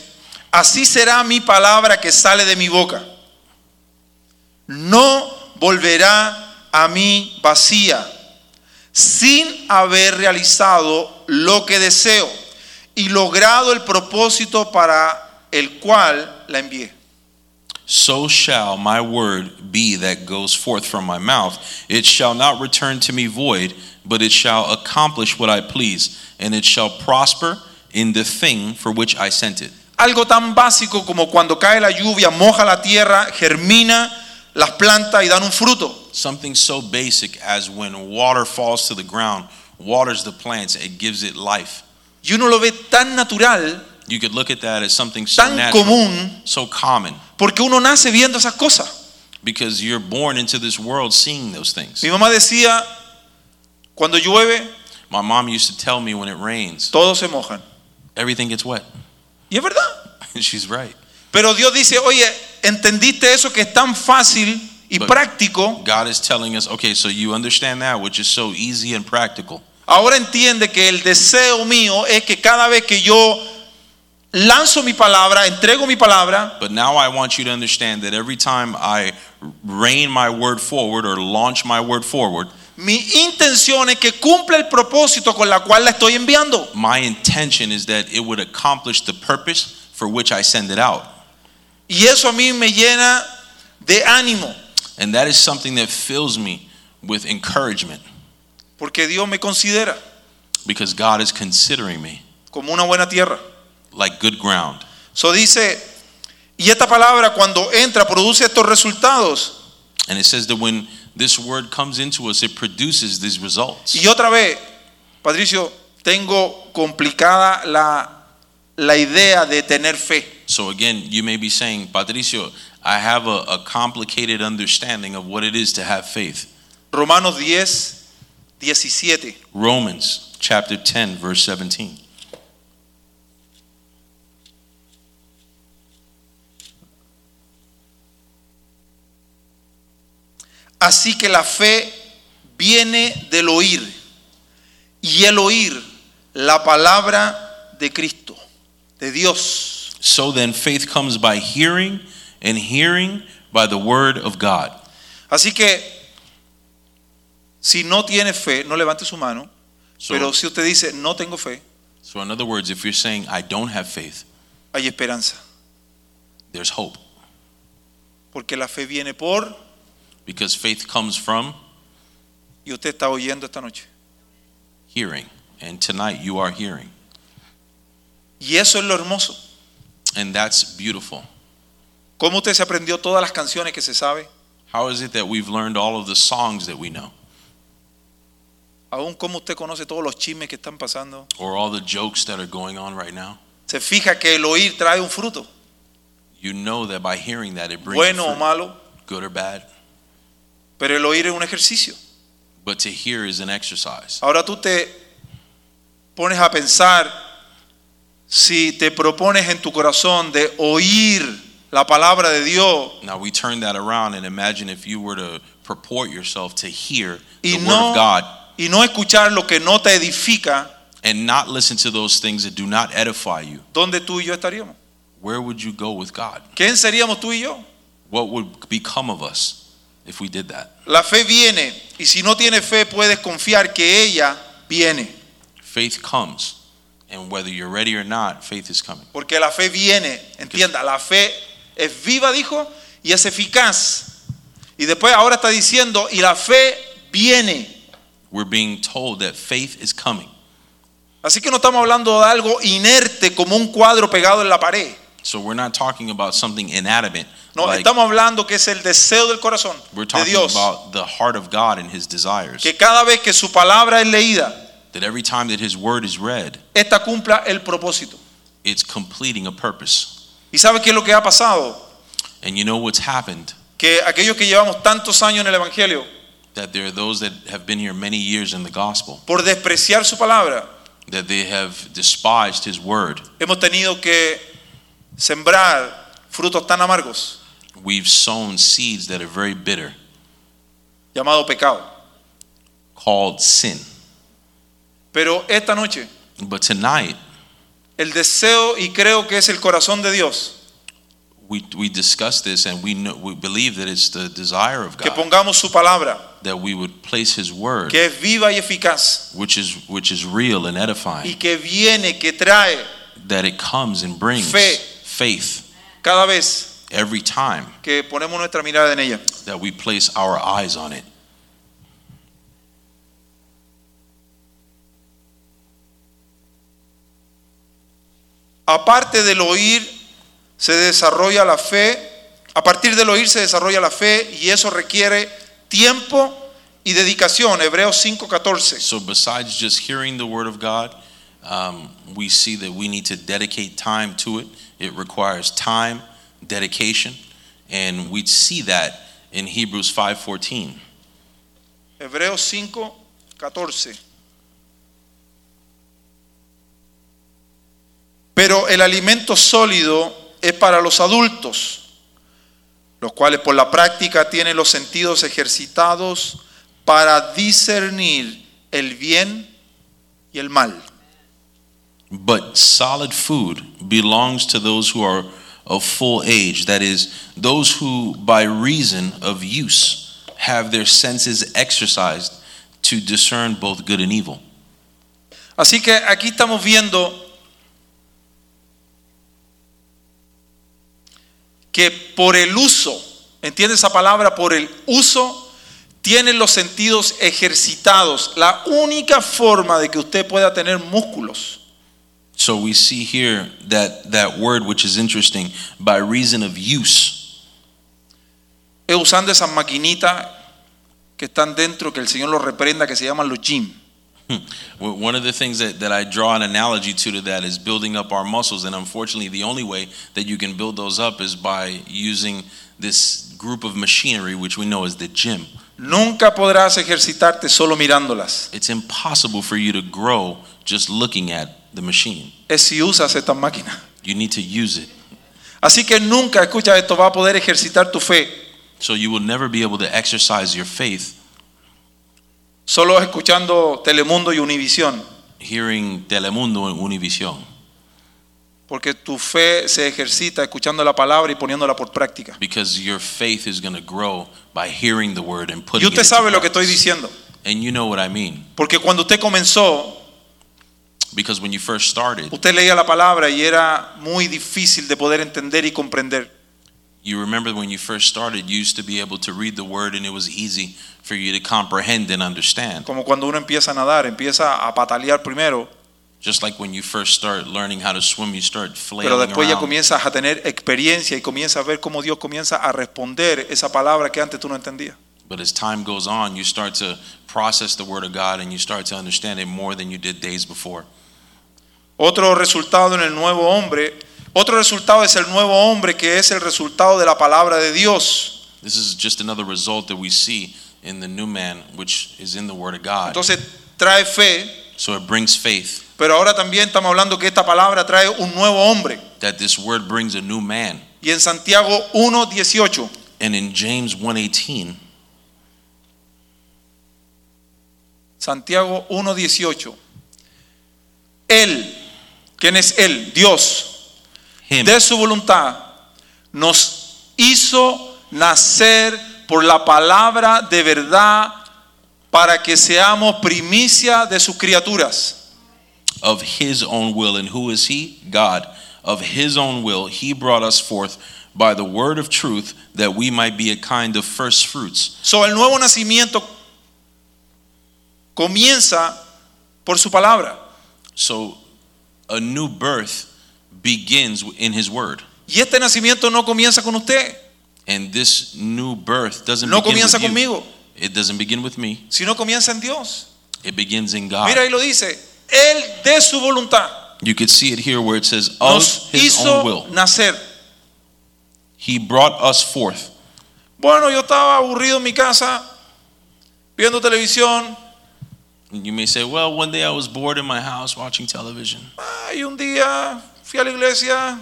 Speaker 2: así será mi palabra que sale de mi boca. No volverá a mí vacía, sin haber realizado lo que deseo y logrado el propósito para el cual la envié.
Speaker 3: So shall my word be that goes forth from my mouth. It shall not return to me void, but it shall accomplish what I please, and it shall prosper in the thing for which I sent it.
Speaker 2: Algo tan básico como cuando cae la lluvia, moja la tierra, germina las plantas y dan un fruto.
Speaker 3: Something so basic as when water falls to the ground, waters the plants, it gives it life.
Speaker 2: Y uno lo ve tan natural,
Speaker 3: You could look at that as something so
Speaker 2: tan
Speaker 3: natural,
Speaker 2: común,
Speaker 3: so common,
Speaker 2: porque uno nace viendo esas cosas.
Speaker 3: because you're born into this world seeing those things.
Speaker 2: Mi mamá decía, cuando llueve,
Speaker 3: My mom used to tell me when it rains,
Speaker 2: todos se mojan.
Speaker 3: everything gets wet.
Speaker 2: Y es verdad.
Speaker 3: And she's right.
Speaker 2: Pero Dios dice, oye, ¿entendiste eso que es tan fácil y
Speaker 3: But-
Speaker 2: práctico?
Speaker 3: God is telling us, okay, so you understand that, which is so easy and practical.
Speaker 2: Ahora entiende que el deseo mío es que cada vez que yo lanzo mi palabra, entrego mi palabra,
Speaker 3: But now I want you to understand that every time I rain my word forward or launch my word forward,
Speaker 2: mi intención es que cumpla el propósito con la cual la estoy enviando.
Speaker 3: my intention is that it would accomplish the purpose for which I send it out.
Speaker 2: Y eso a mí me llena de ánimo,
Speaker 3: And that is something that fills me with encouragement
Speaker 2: porque Dios me considera
Speaker 3: because God is considering me
Speaker 2: como una buena tierra.
Speaker 3: like good ground.
Speaker 2: So dice, y esta palabra cuando entra produce estos resultados.
Speaker 3: And it says that when this word comes into us, it produces these results.
Speaker 2: Y otra vez, Patricio, tengo complicada la, la idea de tener fe.
Speaker 3: So again, you may be saying, Patricio, I have a, a complicated understanding of what it is to have faith.
Speaker 2: Romanos 10, 17.
Speaker 3: Romans chapter 10, verse 17.
Speaker 2: Así que la fe viene del oír y el oír la palabra de Cristo, de Dios.
Speaker 3: So then, faith comes by hearing, and hearing by the word of God.
Speaker 2: Así que, si no tiene fe, no levante su mano.
Speaker 3: So,
Speaker 2: Pero si usted dice, no tengo fe,
Speaker 3: So, in other words, if you're saying, I don't have faith,
Speaker 2: hay esperanza.
Speaker 3: there's hope.
Speaker 2: Porque la fe viene por,
Speaker 3: Because faith comes from
Speaker 2: y usted está oyendo esta noche.
Speaker 3: hearing. And tonight you are hearing.
Speaker 2: Y eso es lo hermoso.
Speaker 3: And that's beautiful.
Speaker 2: ¿Cómo usted se aprendió todas las canciones que se sabe?
Speaker 3: How is it that we've learned all of the songs that we know,
Speaker 2: Aún cómo usted conoce todos los chismes que están pasando.
Speaker 3: or all the jokes that are going on right now?
Speaker 2: Se fija que el oír trae un fruto,
Speaker 3: You know that by hearing that, it brings
Speaker 2: bueno o
Speaker 3: fruit,
Speaker 2: malo,
Speaker 3: good or bad.
Speaker 2: pero el oír es un ejercicio.
Speaker 3: But to hear is an exercise.
Speaker 2: Ahora tú te pones a pensar si te propones en tu corazón de oír la palabra de Dios
Speaker 3: Now we turn that around and imagine if you were to purport yourself to hear
Speaker 2: Y
Speaker 3: the word
Speaker 2: no-
Speaker 3: of God
Speaker 2: y no escuchar lo que no te edifica,
Speaker 3: and not listen to those things that do not edify you.
Speaker 2: ¿dónde tú y yo estaríamos?
Speaker 3: Where would you go with God?
Speaker 2: ¿Quién seríamos tú y yo?
Speaker 3: What would become of us if we did that?
Speaker 2: La fe viene y si no tienes fe puedes confiar que ella viene,
Speaker 3: Faith comes, and whether you're ready or not, faith is coming.
Speaker 2: porque la fe viene, entienda, la fe es viva, dijo, y es eficaz. Y después ahora está diciendo, y la fe viene.
Speaker 3: We're being told that faith is coming.
Speaker 2: Así que no estamos hablando de algo inerte como un cuadro pegado en la pared.
Speaker 3: So we're not talking about something inanimate.
Speaker 2: No,
Speaker 3: like
Speaker 2: estamos hablando que es el deseo del corazón
Speaker 3: we're
Speaker 2: de
Speaker 3: talking
Speaker 2: Dios,
Speaker 3: about the heart of God and his desires.
Speaker 2: que cada vez que su palabra es leída,
Speaker 3: That every time that his word is read,
Speaker 2: esta cumpla el propósito.
Speaker 3: it's completing a purpose.
Speaker 2: ¿Y sabe qué es lo que ha pasado?
Speaker 3: And you know what's happened?
Speaker 2: Que aquellos que llevamos tantos años en el Evangelio,
Speaker 3: That there are those that have been here many years in the gospel,
Speaker 2: por despreciar su palabra,
Speaker 3: that they have despised his word.
Speaker 2: hemos tenido que sembrar frutos tan amargos
Speaker 3: We've sown seeds that are very bitter,
Speaker 2: llamado pecado.
Speaker 3: called sin.
Speaker 2: Pero esta noche
Speaker 3: But tonight,
Speaker 2: el deseo y creo que es el corazón de Dios
Speaker 3: we, we discuss this and we, know, we believe that it's the desire of
Speaker 2: que
Speaker 3: God
Speaker 2: pongamos su palabra,
Speaker 3: that we would place his word,
Speaker 2: que es viva y eficaz
Speaker 3: which is, which is real and
Speaker 2: y
Speaker 3: edifying,
Speaker 2: que viene, que trae
Speaker 3: that it comes and brings
Speaker 2: Fe.
Speaker 3: faith
Speaker 2: cada vez
Speaker 3: every time
Speaker 2: que ponemos nuestra mirada en ella.
Speaker 3: that we place our eyes on it.
Speaker 2: Aparte del oír, se desarrolla la fe, a partir del oír se desarrolla la fe y eso requiere tiempo y dedicación. Hebreos 5:14.
Speaker 3: So, besides just hearing the word of God, um, we see that we need to dedicate time to it. It requires time, dedication, and we see that in Hebrews 5:14.
Speaker 2: Hebreos 5, 14. Pero el alimento sólido es para los adultos, los cuales por la práctica tienen los sentidos ejercitados para discernir el bien y el mal.
Speaker 3: But solid food belongs to those who are of full age, that is, those who, by reason of use, have their senses exercised to discern both good and evil.
Speaker 2: Así que aquí estamos viendo que por el uso, entiende esa palabra, por el uso, tienen los sentidos ejercitados. La única forma de que usted pueda tener músculos
Speaker 3: So we see here that that word, which is interesting, by reason of use,
Speaker 2: es usando esas maquinitas que están dentro, que el Señor los reprenda, que se llaman los gym.
Speaker 3: Hmm. Well, One of the things that, that I draw an analogy to to that is building up our muscles, and unfortunately, the only way that you can build those up is by using this group of machinery, which we know as the gym.
Speaker 2: Nunca podrás ejercitarte solo mirándolas.
Speaker 3: It's impossible for you to grow just looking at the machine.
Speaker 2: Es si usas estas máquinas.
Speaker 3: You need to use it.
Speaker 2: Así que nunca, escucha esto, va a poder ejercitar tu fe
Speaker 3: So you will never be able to exercise your faith
Speaker 2: solo escuchando Telemundo y Univisión,
Speaker 3: hearing Telemundo and Univision,
Speaker 2: porque tu fe se ejercita escuchando la palabra y poniéndola por práctica.
Speaker 3: because your faith is going to grow by hearing the word and
Speaker 2: Y
Speaker 3: putting it
Speaker 2: usted
Speaker 3: into
Speaker 2: sabe lo que estoy
Speaker 3: practice.
Speaker 2: diciendo,
Speaker 3: And you know what I mean.
Speaker 2: porque cuando usted comenzó,
Speaker 3: because when you first started,
Speaker 2: Usted leía la palabra y era muy difícil de poder entender y comprender.
Speaker 3: you remember when you first started, you used to be able to read the word and it was easy for you to comprehend and understand.
Speaker 2: Como cuando uno empieza a nadar, empieza a patalear primero,
Speaker 3: Just like when you first start learning how to swim, you start
Speaker 2: pero
Speaker 3: flailing
Speaker 2: después ya
Speaker 3: around.
Speaker 2: comienzas a tener experiencia y comienzas a ver cómo Dios comienza a responder esa palabra que antes tú no entendías.
Speaker 3: But as time goes on, you start to process the word of God and you start to understand it more than you did days before.
Speaker 2: Otro resultado en el nuevo hombre, otro resultado es el nuevo hombre que es el resultado de la palabra de Dios.
Speaker 3: This is just another result that we see in the new man, which is in the word of God.
Speaker 2: Entonces trae fe,
Speaker 3: So it brings faith
Speaker 2: pero ahora también estamos hablando que esta palabra trae un nuevo hombre.
Speaker 3: that this word brings a new man.
Speaker 2: Y en Santiago 1:18
Speaker 3: And in James 1:18,
Speaker 2: Santiago 1:18. Él, ¿quién es Él? Dios,
Speaker 3: him
Speaker 2: de su voluntad, nos hizo nacer por la palabra de verdad para que seamos primicia de sus criaturas.
Speaker 3: of his own will and who is he? God. Of his own will he brought us forth by the word of truth that we might be a kind of first fruits.
Speaker 2: So, el nuevo nacimiento comienza por su palabra.
Speaker 3: So a new birth begins in his word.
Speaker 2: Y este nacimiento no comienza con usted,
Speaker 3: And this new birth doesn't
Speaker 2: no
Speaker 3: begin
Speaker 2: comienza
Speaker 3: with you.
Speaker 2: conmigo,
Speaker 3: It doesn't begin with me.
Speaker 2: sino comienza en Dios.
Speaker 3: It begins in God.
Speaker 2: Mira, ahí lo dice, Él de su voluntad
Speaker 3: You could see it here where it says, of
Speaker 2: nos
Speaker 3: his own
Speaker 2: hizo
Speaker 3: will.
Speaker 2: nacer.
Speaker 3: He brought us forth.
Speaker 2: Bueno, yo estaba aburrido en mi casa, viendo televisión,
Speaker 3: And You may say, well, one day I was bored in my house watching television.
Speaker 2: Ah, y un día fui a la iglesia,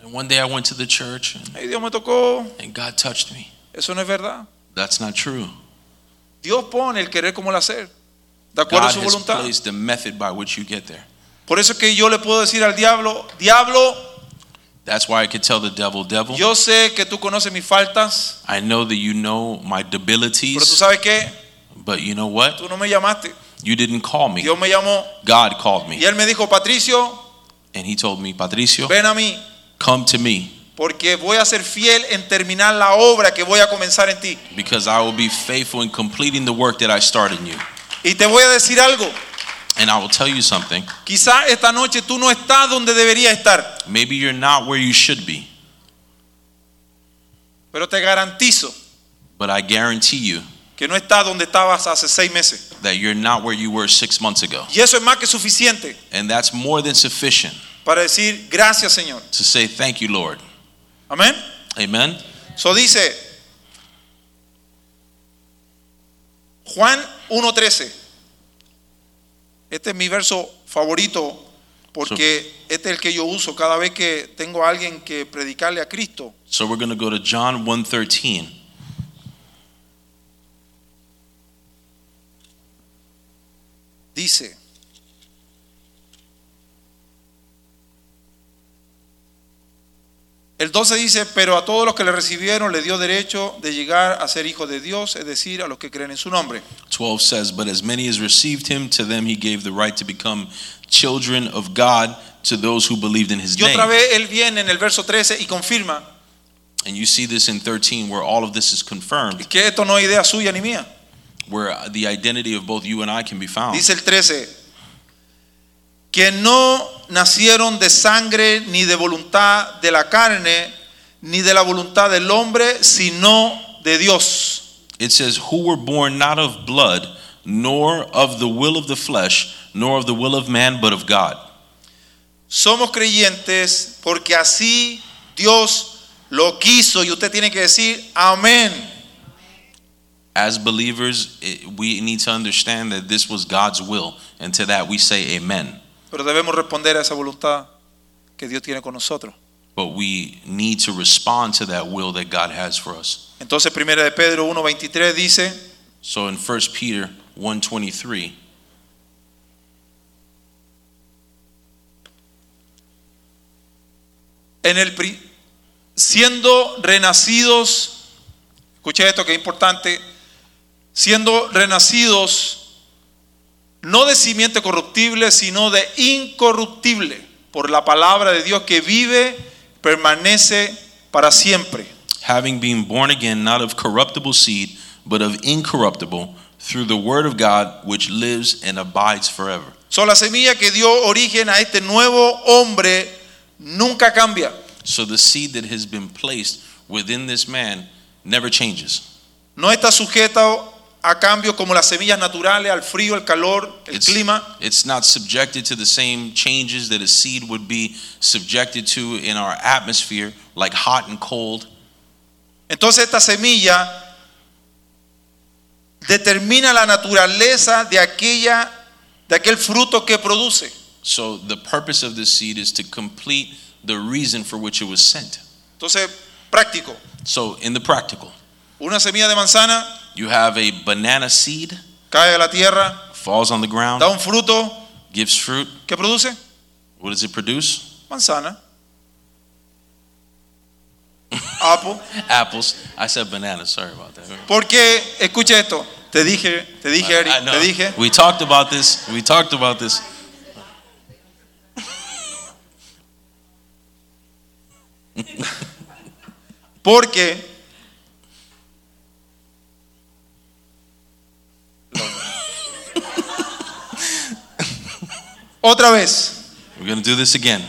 Speaker 3: And one day I went to the church and,
Speaker 2: y Dios me tocó.
Speaker 3: and God touched me.
Speaker 2: Eso no es verdad.
Speaker 3: That's not true.
Speaker 2: Dios pone el querer como el hacer, de acuerdo a
Speaker 3: God
Speaker 2: su
Speaker 3: has
Speaker 2: voluntad.
Speaker 3: placed the method by which you get there.
Speaker 2: Por eso es que yo le puedo decir al diablo, diablo,
Speaker 3: That's why I could tell the devil, devil,
Speaker 2: yo sé que tú conoces mis faltas,
Speaker 3: I know that you know my
Speaker 2: pero tú
Speaker 3: debilities,
Speaker 2: sabes qué,
Speaker 3: but you know what?
Speaker 2: tú no me llamaste.
Speaker 3: You didn't call me.
Speaker 2: Dios me llamó
Speaker 3: God called
Speaker 2: y
Speaker 3: me.
Speaker 2: él me dijo, Patricio,
Speaker 3: And he told me, Patricio,
Speaker 2: ven a mí.
Speaker 3: come to me
Speaker 2: Porque voy a ser fiel en terminar la obra que voy a comenzar en ti.
Speaker 3: because I will be faithful in completing the work that I started in you.
Speaker 2: Y te voy a decir algo.
Speaker 3: And I will tell you something.
Speaker 2: Quizá esta noche tú no estás donde deberías estar.
Speaker 3: Maybe you're not where you should be,
Speaker 2: Pero te garantizo
Speaker 3: but I guarantee you
Speaker 2: que no estás donde estabas hace seis meses.
Speaker 3: that you're not where you were six months ago.
Speaker 2: Y eso es más que suficiente
Speaker 3: And that's more than sufficient
Speaker 2: para decir gracias Señor.
Speaker 3: to say thank you, Lord.
Speaker 2: Amén.
Speaker 3: Amen.
Speaker 2: Eso dice Juan 1.13. Este es mi verso favorito porque este es el que yo uso cada vez que tengo a alguien que predicarle a Cristo.
Speaker 3: So we're going to go to John 1:13.
Speaker 2: dice, el 12 dice, pero a todos los que le recibieron le dio derecho de llegar a ser hijos de Dios, es decir, a los que creen en su nombre.
Speaker 3: 12 says, "But as many as received him, to them he gave the right to become children of God to those who believed in his
Speaker 2: Y otra
Speaker 3: name."
Speaker 2: vez él viene en el verso 13 y confirma
Speaker 3: And you see this in 13 where all of this is confirmed,
Speaker 2: que esto no es idea suya ni mía.
Speaker 3: where the identity of both you and I can be found.
Speaker 2: Dice el 13, que no nacieron de sangre ni de voluntad de la carne, ni de la voluntad del hombre, sino de Dios.
Speaker 3: It says, Who were born not of blood, nor of the will of the flesh, nor of the will of man, but of God.
Speaker 2: Somos creyentes porque así Dios lo quiso y usted tiene que decir amén.
Speaker 3: As believers, it, we need to understand that this was God's will, and to that we say amen.
Speaker 2: Pero debemos responder a esa voluntad que Dios tiene con nosotros.
Speaker 3: But we need to respond to that will that God has for us.
Speaker 2: Entonces, primera de Pedro 1:23 dice,
Speaker 3: So in 1 Peter 1:23,
Speaker 2: en el pri- siendo renacidos, escucha esto que es importante, siendo renacidos no de simiente corruptible, sino de incorruptible, por la palabra de Dios que vive, permanece para siempre.
Speaker 3: having been born again, not of corruptible seed, but of incorruptible, through the word of God, which lives and abides forever.
Speaker 2: So, la semilla que dio origen a este nuevo hombre nunca cambia.
Speaker 3: So the seed that has been placed within this man never changes.
Speaker 2: No está sujeta a cambios como las semillas naturales, al frío, al calor, el
Speaker 3: It's-
Speaker 2: clima.
Speaker 3: It's not subjected to the same changes that a seed would be subjected to in our atmosphere, like hot and cold.
Speaker 2: Entonces esta semilla determina la naturaleza de aquella de aquel fruto que produce.
Speaker 3: So the purpose of this seed is to complete the reason for which it was sent.
Speaker 2: Entonces, práctico,
Speaker 3: So in the practical,
Speaker 2: una semilla de manzana
Speaker 3: you have a banana seed,
Speaker 2: cae a la tierra,
Speaker 3: falls on the ground,
Speaker 2: da un fruto,
Speaker 3: gives fruit.
Speaker 2: ¿qué produce?
Speaker 3: What does it produce?
Speaker 2: Manzana. Apo,
Speaker 3: Apples. I said bananas. Sorry about that.
Speaker 2: porque escucha esto, te dije, te dije, Eric,
Speaker 3: I know.
Speaker 2: te dije,
Speaker 3: We talked about this. We talked about this.
Speaker 2: porque Otra vez.
Speaker 3: We're gonna do this again.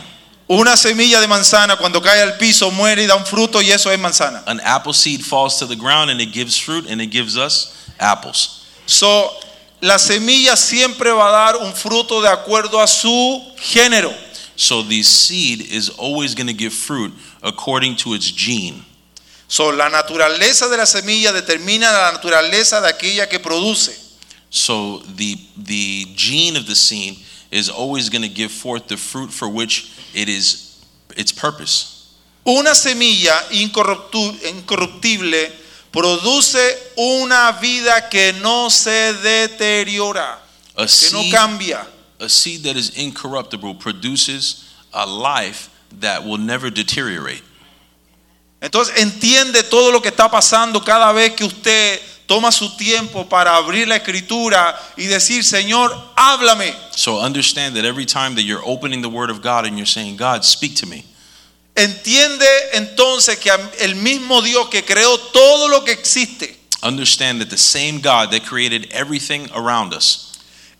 Speaker 2: Una semilla de manzana cuando cae al piso muere y da un fruto y eso es manzana.
Speaker 3: An apple seed falls to the ground and it gives fruit and it gives us apples.
Speaker 2: So, la semilla siempre va a dar un fruto de acuerdo a su género.
Speaker 3: So the seed is always gonna give fruit according to its gene.
Speaker 2: So, la naturaleza de la semilla determina la naturaleza de aquella que produce.
Speaker 3: So the the gene of the seed is always gonna give forth the fruit for which it is its purpose.
Speaker 2: Una semilla incorruptu- incorruptible produce una vida que no se deteriora, que
Speaker 3: A
Speaker 2: no
Speaker 3: seed
Speaker 2: cambia.
Speaker 3: a seed that is incorruptible produces a life that will never deteriorate.
Speaker 2: Entonces entiende todo lo que está pasando cada vez que usted toma su tiempo para abrir la escritura y decir, Señor, háblame.
Speaker 3: So understand that every time that you're opening the Word of God and you're saying, God, speak to me,
Speaker 2: Entiende entonces que el mismo Dios que creó todo lo que existe
Speaker 3: understand that the same God that created everything around us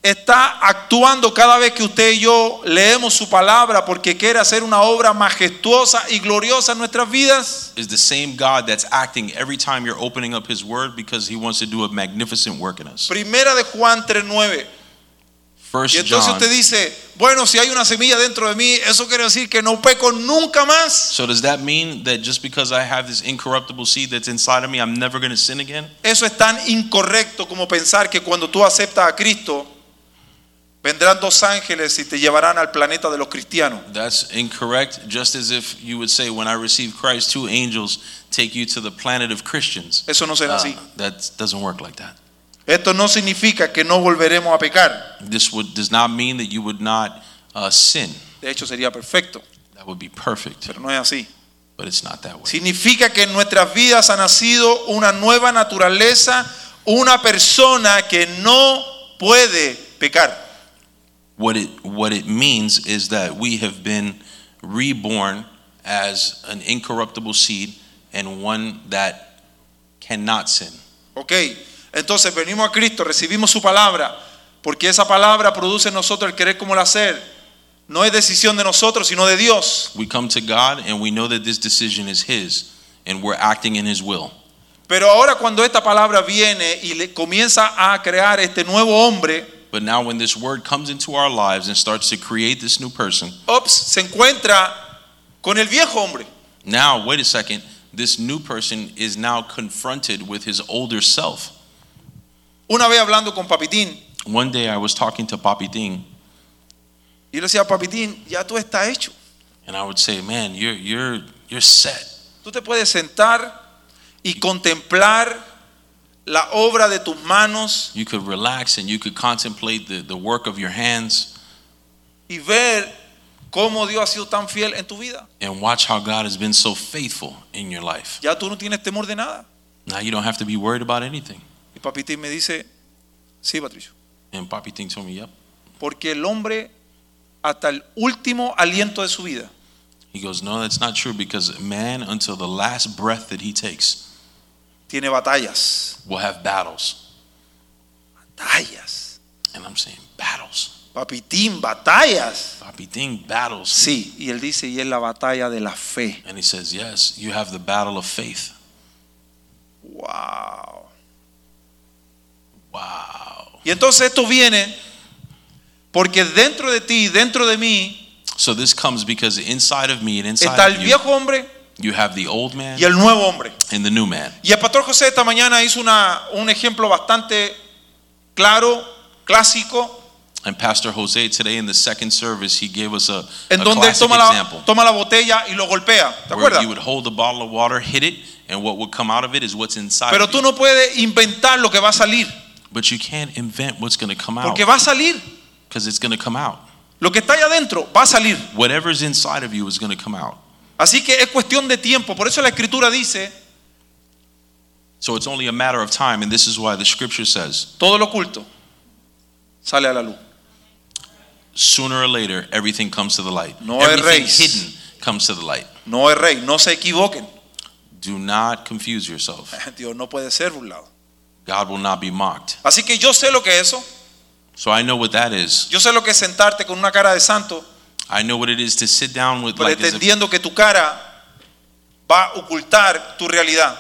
Speaker 2: está actuando cada vez que usted y yo leemos su palabra porque quiere hacer una obra majestuosa y gloriosa en nuestras vidas.
Speaker 3: is the same God that's acting every time you're opening up His Word because He wants to do a magnificent work in us.
Speaker 2: Primera de Juan 3.9. Y
Speaker 3: First
Speaker 2: entonces
Speaker 3: John.
Speaker 2: usted dice, bueno, si hay una semilla dentro de mí, eso quiere decir que no peco nunca más.
Speaker 3: So does that mean that just because I have this incorruptible seed that's inside of me, I'm never going to sin again?
Speaker 2: Eso es tan incorrecto como pensar que cuando tú aceptas a Cristo, vendrán dos ángeles y te llevarán al planeta de los cristianos.
Speaker 3: That's incorrect. Just as if you would say, when I receive Christ, two angels take you to the planet of Christians.
Speaker 2: Eso no será así.
Speaker 3: Uh, that doesn't work like that.
Speaker 2: Esto no significa que no volveremos a pecar.
Speaker 3: This would, does not mean that you would not uh, sin.
Speaker 2: De hecho, sería perfecto,
Speaker 3: That would be perfect,
Speaker 2: pero no es así.
Speaker 3: but it's not that way.
Speaker 2: Significa que en nuestras vidas ha nacido una nueva naturaleza, una persona que no puede pecar.
Speaker 3: What it, what it means is that we have been reborn as an incorruptible seed and one that cannot sin.
Speaker 2: ¿Ok? Entonces venimos a Cristo, recibimos su palabra, porque esa palabra produce en nosotros el querer como el hacer. No es decisión de nosotros, sino de Dios.
Speaker 3: We come to God and we know that this decision is His and we're acting in His will.
Speaker 2: Pero ahora cuando esta palabra viene y le comienza a crear este nuevo hombre,
Speaker 3: But now, when this word comes into our lives and starts to create this new person,
Speaker 2: ops, se encuentra con el viejo hombre.
Speaker 3: now, wait a second, this new person is now confronted with his older self.
Speaker 2: Una vez hablando con Papitín,
Speaker 3: One day I was talking to Papi Ding,
Speaker 2: y le decía, Papitín, ya tú estás hecho.
Speaker 3: and I would say, Man, you're, you're, you're set.
Speaker 2: Tú te puedes sentar y contemplar la obra de tus manos
Speaker 3: You could relax and you could contemplate the, the work of your hands
Speaker 2: y ver cómo Dios ha sido tan fiel en tu vida.
Speaker 3: and watch how God has been so faithful in your life.
Speaker 2: Ya tú no tienes temor de nada.
Speaker 3: Now you don't have to be worried about anything.
Speaker 2: Y Papitín me dice, sí, Patricio.
Speaker 3: And Poppy Ting told me, yep.
Speaker 2: Porque el hombre hasta el último aliento de su vida
Speaker 3: He goes, no, that's not true because man, until the last breath that he takes,
Speaker 2: tiene batallas,
Speaker 3: will have battles.
Speaker 2: batallas.
Speaker 3: And I'm saying, battles.
Speaker 2: Papitín, batallas.
Speaker 3: Poppy Ting, battles.
Speaker 2: Sí, y él dice, y es la batalla de la fe.
Speaker 3: And he says, yes, you have the battle of faith.
Speaker 2: Wow.
Speaker 3: Wow.
Speaker 2: Y entonces esto viene porque dentro de ti, dentro de mí,
Speaker 3: So this comes because inside of me and
Speaker 2: está
Speaker 3: inside
Speaker 2: el
Speaker 3: of you,
Speaker 2: viejo hombre
Speaker 3: you have the old man
Speaker 2: y el nuevo hombre.
Speaker 3: and the new man.
Speaker 2: Y el pastor José esta mañana hizo una- un ejemplo bastante claro, clásico,
Speaker 3: And Pastor Jose today in the second service, he gave us a,
Speaker 2: en
Speaker 3: a
Speaker 2: donde él
Speaker 3: classic
Speaker 2: toma la,
Speaker 3: example
Speaker 2: toma la botella y lo golpea. ¿Te
Speaker 3: where
Speaker 2: acuerdas?
Speaker 3: you would hold a bottle of water, hit it, and what would come out of it is what's inside.
Speaker 2: Pero
Speaker 3: of
Speaker 2: tú
Speaker 3: you.
Speaker 2: no puedes inventar lo que va a salir,
Speaker 3: But you can't invent what's going to come out
Speaker 2: porque va a salir.
Speaker 3: because it's going to come out.
Speaker 2: Lo que está allá adentro va a salir.
Speaker 3: Whatever's inside of you is going to come out.
Speaker 2: Así que es cuestión de tiempo. Por eso la escritura dice,
Speaker 3: So it's only a matter of time, and this is why the scripture says,
Speaker 2: todo lo oculto sale a la luz.
Speaker 3: sooner or later, everything comes to the light.
Speaker 2: No
Speaker 3: everything
Speaker 2: erréis.
Speaker 3: hidden comes to the light.
Speaker 2: No es rey, no se equivoquen.
Speaker 3: Do not confuse yourself.
Speaker 2: Dios no puede ser burlado.
Speaker 3: God will not be mocked.
Speaker 2: Así que yo sé lo que es eso.
Speaker 3: So I know what that is.
Speaker 2: Yo sé lo que es sentarte con una cara de santo,
Speaker 3: I know what it is to sit down with like as if,
Speaker 2: pretendiendo que tu cara va a ocultar tu realidad.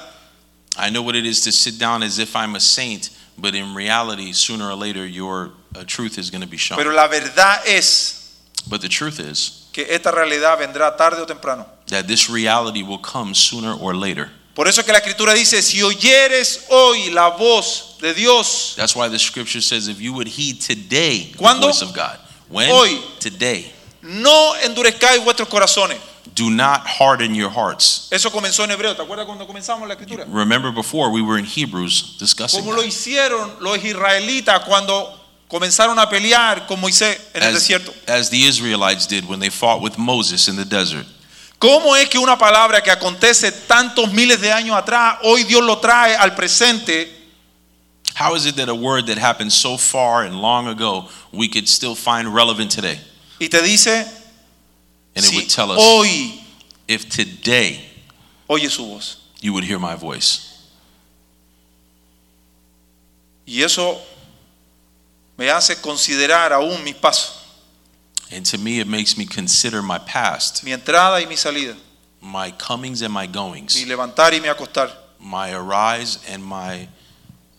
Speaker 3: I know what it is to sit down as if I'm a saint, but in reality, sooner or later, your uh, truth is going to be shown.
Speaker 2: Pero la verdad es
Speaker 3: but the truth is
Speaker 2: que esta realidad vendrá tarde o temprano.
Speaker 3: that this reality will come sooner or later.
Speaker 2: Por eso es que la escritura dice, si oyeres hoy la voz de Dios,
Speaker 3: That's why the scripture says, if you would heed today
Speaker 2: ¿Cuándo?
Speaker 3: the voice of God, when
Speaker 2: Hoy.
Speaker 3: today,
Speaker 2: no endurezcáis vuestros corazones.
Speaker 3: do not harden your hearts.
Speaker 2: Eso comenzó en hebreo. ¿Te acuerdas cuando comenzamos la escritura?
Speaker 3: Remember before we were in Hebrews discussing
Speaker 2: Como lo
Speaker 3: that.
Speaker 2: hicieron los israelitas cuando comenzaron a pelear con Moisés en el
Speaker 3: as,
Speaker 2: desierto.
Speaker 3: as the Israelites did when they fought with Moses in the desert.
Speaker 2: ¿Cómo es que una palabra que acontece tantos miles de años atrás, hoy Dios lo trae al presente?
Speaker 3: How is it that a word that happened so far and long ago we could still find relevant today?
Speaker 2: Y te dice,
Speaker 3: And it
Speaker 2: si
Speaker 3: would tell us
Speaker 2: hoy
Speaker 3: if today
Speaker 2: oye su voz.
Speaker 3: you would hear my voice.
Speaker 2: Y eso me hace considerar aún mis pasos,
Speaker 3: And to me, it makes me consider my past,
Speaker 2: mi entrada y mi salida,
Speaker 3: my comings and my
Speaker 2: mi
Speaker 3: goings,
Speaker 2: levantar y mi acostar.
Speaker 3: my arise and my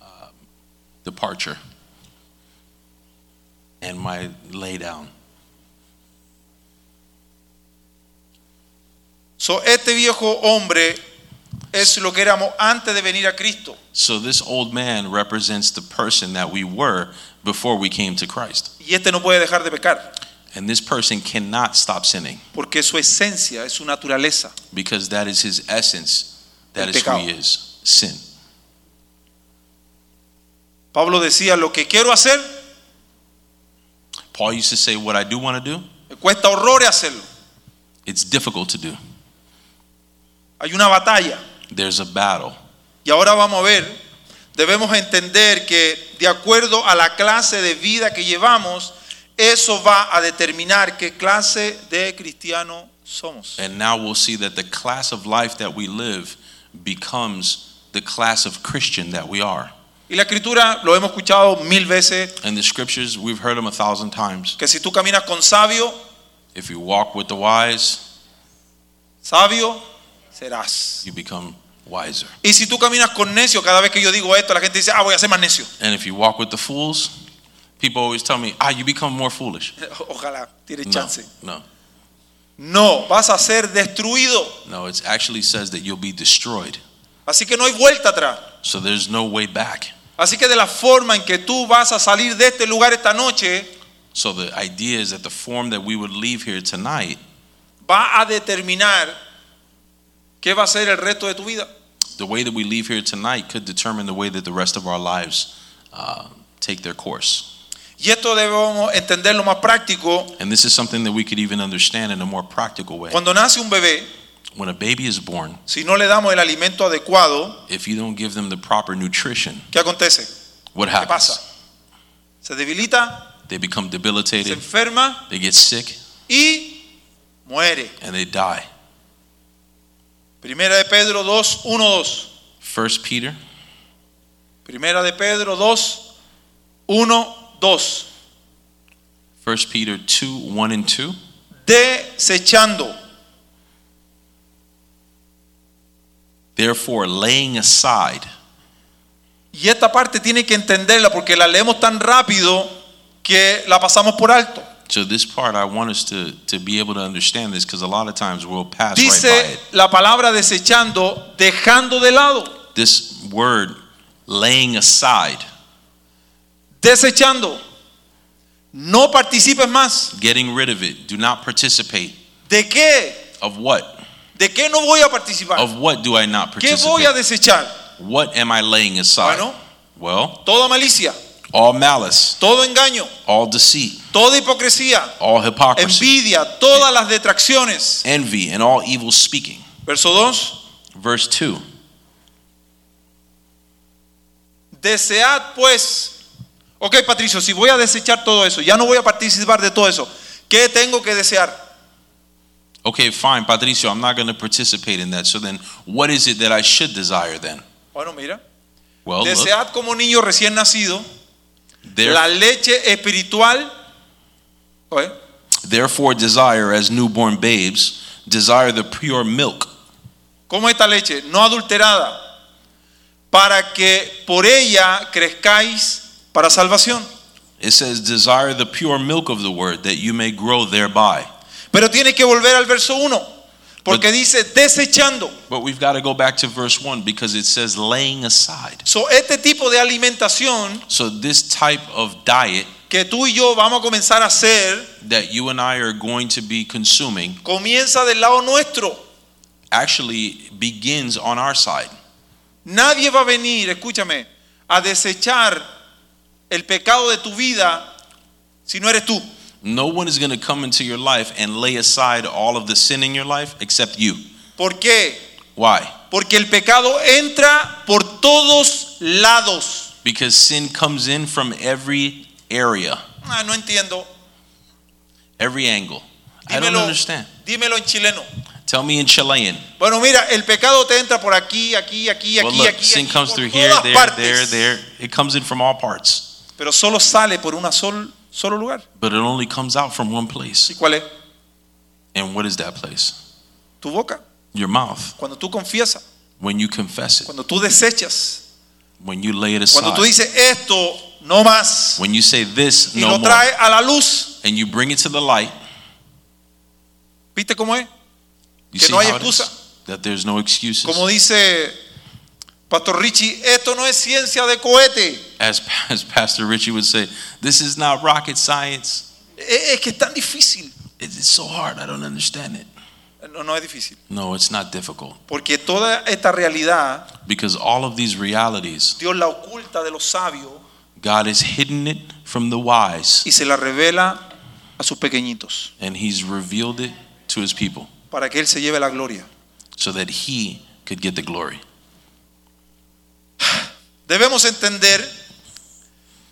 Speaker 3: uh, departure, and my lay down.
Speaker 2: So, este viejo hombre es lo que éramos antes de venir a Cristo.
Speaker 3: So this old man represents the person that we were before we came to Christ.
Speaker 2: Y este no puede dejar de pecar,
Speaker 3: And this person cannot stop sinning.
Speaker 2: porque su esencia es su naturaleza.
Speaker 3: because that is his essence. That
Speaker 2: El
Speaker 3: is who
Speaker 2: pecado.
Speaker 3: he is. Sin.
Speaker 2: Pablo decía, lo que quiero hacer,
Speaker 3: Paul used to say, "What I do want to do,
Speaker 2: me cuesta horrores hacerlo.
Speaker 3: it's difficult to do.
Speaker 2: Hay una batalla.
Speaker 3: There's a battle."
Speaker 2: Y ahora vamos a ver, debemos entender que de acuerdo a la clase de vida que llevamos, eso va a determinar qué clase de cristiano somos.
Speaker 3: And now we'll see that the class of life that we live becomes the class of Christian that we are.
Speaker 2: Y la escritura, lo hemos escuchado mil veces,
Speaker 3: And the scriptures, we've heard them a thousand times.
Speaker 2: que si tú caminas con sabio,
Speaker 3: If you walk with the wise,
Speaker 2: sabio serás.
Speaker 3: you become wiser.
Speaker 2: Y si tú caminas con necio, cada vez que yo digo esto, la gente dice, ah, voy a ser más necio.
Speaker 3: And if you walk with the fools, people always tell me, "Ah, you become more foolish."
Speaker 2: Ojalá, tienes
Speaker 3: No,
Speaker 2: chance.
Speaker 3: no,
Speaker 2: No, vas a ser destruido.
Speaker 3: no. It actually says that you'll be destroyed.
Speaker 2: Así que no hay vuelta atrás.
Speaker 3: So there's no way back.
Speaker 2: Así que de la forma en que tú vas a salir de este lugar esta noche,
Speaker 3: So the idea is that the form that we would leave here tonight
Speaker 2: va a determinar qué va a ser el resto de tu vida.
Speaker 3: the way that we leave here tonight could determine the way that the rest of our lives uh, take their course.
Speaker 2: Y esto debemos entenderlo más práctico.
Speaker 3: And this is something that we could even understand in a more practical way.
Speaker 2: Cuando nace un bebé,
Speaker 3: When a baby is born,
Speaker 2: si no le damos el alimento adecuado,
Speaker 3: if you don't give them the proper nutrition,
Speaker 2: ¿qué acontece?
Speaker 3: what
Speaker 2: ¿Qué pasa?
Speaker 3: happens?
Speaker 2: se debilita,
Speaker 3: They become
Speaker 2: se
Speaker 3: debilitated,
Speaker 2: enferma
Speaker 3: they get sick,
Speaker 2: y muere.
Speaker 3: and they die.
Speaker 2: Primera de Pedro 2, 1, 2.
Speaker 3: First Peter
Speaker 2: Primera de Pedro 2, 1, 2.
Speaker 3: First Peter 2 1 and 2.
Speaker 2: Desechando.
Speaker 3: Therefore, laying aside.
Speaker 2: Y esta parte tiene que entenderla porque la leemos tan rápido que la pasamos por alto.
Speaker 3: So, this part I want us to, to be able to understand this because a lot of times we'll pass right by
Speaker 2: Dice
Speaker 3: it.
Speaker 2: la palabra desechando, dejando de lado,
Speaker 3: This word, laying aside,
Speaker 2: desechando. No participes más.
Speaker 3: getting rid of it, do not participate.
Speaker 2: ¿De qué?
Speaker 3: Of what?
Speaker 2: ¿De qué no voy a participar?
Speaker 3: Of what do I not
Speaker 2: ¿Qué voy a
Speaker 3: participate?
Speaker 2: desechar?
Speaker 3: What am I laying aside?
Speaker 2: Bueno,
Speaker 3: Well,
Speaker 2: toda malicia,
Speaker 3: all malice,
Speaker 2: todo engaño,
Speaker 3: all deceit,
Speaker 2: toda hipocresía,
Speaker 3: all hypocrisy,
Speaker 2: envidia, todas las detracciones.
Speaker 3: envy, and all evil speaking.
Speaker 2: Verso 2.
Speaker 3: Verse 2
Speaker 2: Desead pues. Ok, Patricio, si voy a desechar todo eso, ya no voy a participar de todo eso, ¿qué tengo que desear?
Speaker 3: Okay, fine, Patricio, I'm not going to participate in that. So then, what is it that I should desire then?
Speaker 2: Bueno, mira.
Speaker 3: Well, look,
Speaker 2: Desead como niño recién nacido la
Speaker 3: there,
Speaker 2: leche espiritual. Ok.
Speaker 3: therefore, desire as newborn babes, desire the pure milk,
Speaker 2: como esta leche no adulterada, para que por ella crezcáis para salvación.
Speaker 3: It says, Desire the pure milk of the word, that you may grow thereby.
Speaker 2: Pero tienes que volver al verso 1, porque dice desechando.
Speaker 3: But we've got to go back to verse 1 because it says laying aside.
Speaker 2: So, este tipo de alimentación
Speaker 3: So, this type of diet
Speaker 2: que tú y yo vamos a comenzar a hacer,
Speaker 3: that you and I are going to be consuming
Speaker 2: comienza del lado nuestro.
Speaker 3: actually begins on our side.
Speaker 2: Nadie va a venir, escúchame, a desechar el pecado de tu vida si no eres tú.
Speaker 3: No one is going to come into your life and lay aside all of the sin in your life except you.
Speaker 2: ¿Por qué?
Speaker 3: Why?
Speaker 2: Porque el pecado entra por todos lados.
Speaker 3: Because sin comes in from every area,
Speaker 2: Ah, no entiendo.
Speaker 3: every angle. I don't
Speaker 2: Dímelo,
Speaker 3: understand.
Speaker 2: dímelo en chileno.
Speaker 3: Tell me in Chilean.
Speaker 2: Bueno, mira, el pecado te entra por aquí, aquí, aquí,
Speaker 3: Well,
Speaker 2: aquí,
Speaker 3: look,
Speaker 2: aquí,
Speaker 3: sin
Speaker 2: aquí,
Speaker 3: comes
Speaker 2: por
Speaker 3: through here,
Speaker 2: todas
Speaker 3: there,
Speaker 2: partes.
Speaker 3: there, there. It comes in from all parts,
Speaker 2: Pero solo sale por un sol, solo lugar.
Speaker 3: but it only comes out from one
Speaker 2: ¿Y
Speaker 3: place.
Speaker 2: cuál es?
Speaker 3: And what is that place?
Speaker 2: Tu boca.
Speaker 3: Your mouth.
Speaker 2: Cuando tú confiesas,
Speaker 3: When you confess it,
Speaker 2: cuando tú desechas,
Speaker 3: when you lay it
Speaker 2: cuando tú
Speaker 3: aside,
Speaker 2: dices esto no más
Speaker 3: when you say this
Speaker 2: y
Speaker 3: no
Speaker 2: lo
Speaker 3: more,
Speaker 2: traes a la luz,
Speaker 3: and you bring it to the light,
Speaker 2: ¿viste cómo es?
Speaker 3: you
Speaker 2: Que
Speaker 3: see
Speaker 2: no hay
Speaker 3: how it is? that there's no excuses.
Speaker 2: Como dice Pastor Richie, esto no es ciencia de cohete.
Speaker 3: as, as Pastor Richie would say, this is not rocket science.
Speaker 2: E- Es que es tan difícil.
Speaker 3: It- It's so hard. I don't understand it.
Speaker 2: No, no es difícil.
Speaker 3: No, it's not difficult
Speaker 2: Porque toda esta realidad
Speaker 3: because all of these realities,
Speaker 2: Dios la oculta de los sabios
Speaker 3: God has hidden it from the wise
Speaker 2: y se la revela a sus pequeñitos
Speaker 3: and He's revealed it to His people
Speaker 2: para que Él se lleve la gloria.
Speaker 3: so that He could get the glory.
Speaker 2: Debemos entender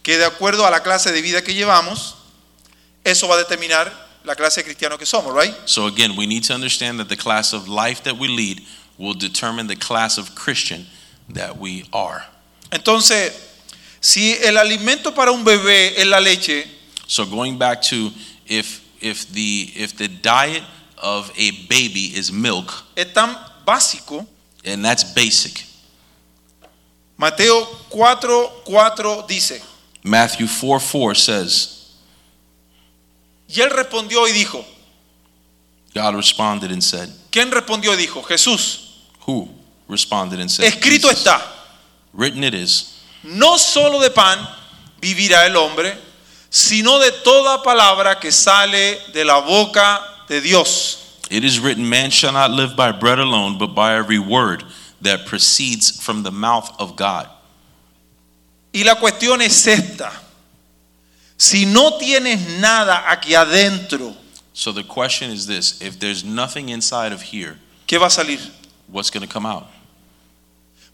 Speaker 2: que de acuerdo a la clase de vida que llevamos, eso va a determinar la clase de cristiano que somos, ¿right?
Speaker 3: So, again, we need to understand that the class of life that we lead will determine the class of Christian that we are.
Speaker 2: Entonces, si el alimento para un bebé es la leche,
Speaker 3: So, going back to if, if, the, if the diet of a baby is milk,
Speaker 2: es tan básico.
Speaker 3: and that's basic.
Speaker 2: Mateo 4:4 dice,
Speaker 3: Matthew 4 4 says,
Speaker 2: y él respondió y dijo,
Speaker 3: God responded and said,
Speaker 2: ¿quién respondió y dijo? Jesús,
Speaker 3: Who responded and said,
Speaker 2: escrito
Speaker 3: "Jesus."
Speaker 2: está.
Speaker 3: Written it is,
Speaker 2: No solo de pan vivirá el hombre, sino de toda palabra que sale de la boca de Dios.
Speaker 3: It is written, Man shall not live by bread alone, but by every word that proceeds from the mouth of God.
Speaker 2: Y la cuestión es esta. Si no tienes nada aquí adentro,
Speaker 3: So the question is this if there's nothing inside of here,
Speaker 2: ¿qué va a salir?
Speaker 3: what's going to come out?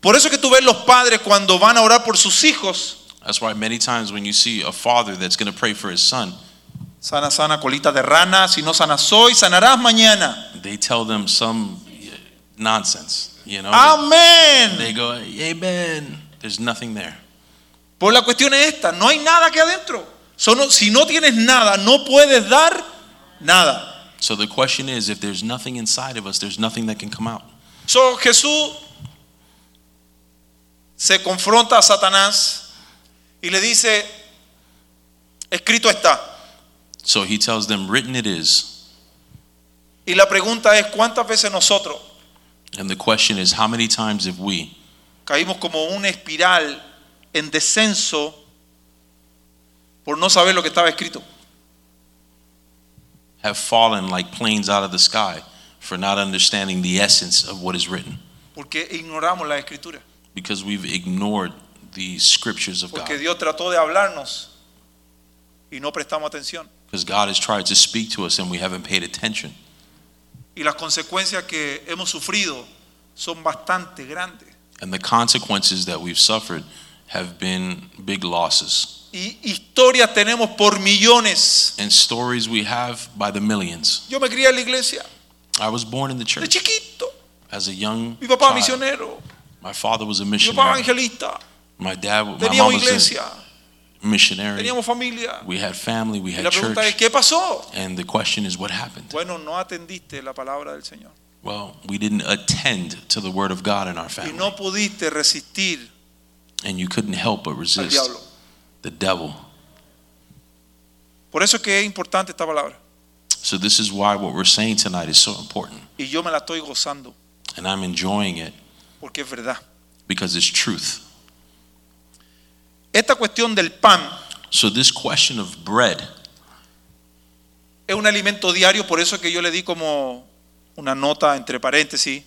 Speaker 2: Por eso que tú ves los padres cuando van a orar por sus hijos,
Speaker 3: That's why many times when you see a father that's going to pray for his son,
Speaker 2: Sana, sana, colita de rana. Si no sanas hoy, sanarás mañana.
Speaker 3: they tell them some uh, nonsense. You know,
Speaker 2: Amén.
Speaker 3: they go, "Amen." There's nothing there.
Speaker 2: Pues la cuestión es esta. No hay nada que adentro. Solo, si no tienes nada, no puedes dar nada.
Speaker 3: So the question is, if there's nothing inside of us, there's nothing that can come out.
Speaker 2: So, Jesús se confronta a Satanás y le dice, escrito está.
Speaker 3: So he tells them, "Written it is."
Speaker 2: Y la pregunta es, ¿cuántas veces nosotros
Speaker 3: And the question is, how many times have we
Speaker 2: caímos como una espiral en descenso por no saber lo que estaba escrito?
Speaker 3: have fallen like planes out of the sky for not understanding the essence of what is written
Speaker 2: Porque ignoramos la escritura.
Speaker 3: because we've ignored the scriptures of God?
Speaker 2: Porque Dios trató de hablarnos y no prestamos atención.
Speaker 3: Because God has tried to speak to us and we haven't paid attention.
Speaker 2: Y las consecuencias que hemos sufrido son bastante grandes.
Speaker 3: And the consequences that we've suffered have been big losses.
Speaker 2: Y historias tenemos por millones.
Speaker 3: And stories we have by the millions.
Speaker 2: Yo me crié en la iglesia,
Speaker 3: I was born in the
Speaker 2: de
Speaker 3: church
Speaker 2: chiquito.
Speaker 3: as a young
Speaker 2: Mi papá
Speaker 3: child.
Speaker 2: misionero,
Speaker 3: My father was a
Speaker 2: mi papá
Speaker 3: missionary.
Speaker 2: evangelista.
Speaker 3: My dad, my mom
Speaker 2: Teníamos
Speaker 3: was
Speaker 2: iglesia,
Speaker 3: a missionary.
Speaker 2: teníamos familia.
Speaker 3: We had family, we
Speaker 2: Y
Speaker 3: had
Speaker 2: la pregunta es,
Speaker 3: church.
Speaker 2: ¿qué pasó?
Speaker 3: And the question is, what happened?
Speaker 2: Bueno, no atendiste la palabra del Señor.
Speaker 3: Well, we didn't attend to the word of God in our
Speaker 2: Y
Speaker 3: family.
Speaker 2: no pudiste resistir
Speaker 3: And you couldn't help but
Speaker 2: al
Speaker 3: resist
Speaker 2: diablo.
Speaker 3: the devil.
Speaker 2: Por eso es que es importante esta palabra.
Speaker 3: So, this is why what we're saying tonight is so important.
Speaker 2: Y yo me la estoy gozando,
Speaker 3: And I'm enjoying it
Speaker 2: porque es verdad.
Speaker 3: because it's truth.
Speaker 2: Esta cuestión del pan
Speaker 3: So this question of bread,
Speaker 2: es un alimento diario, por eso es que yo le di como una nota entre paréntesis.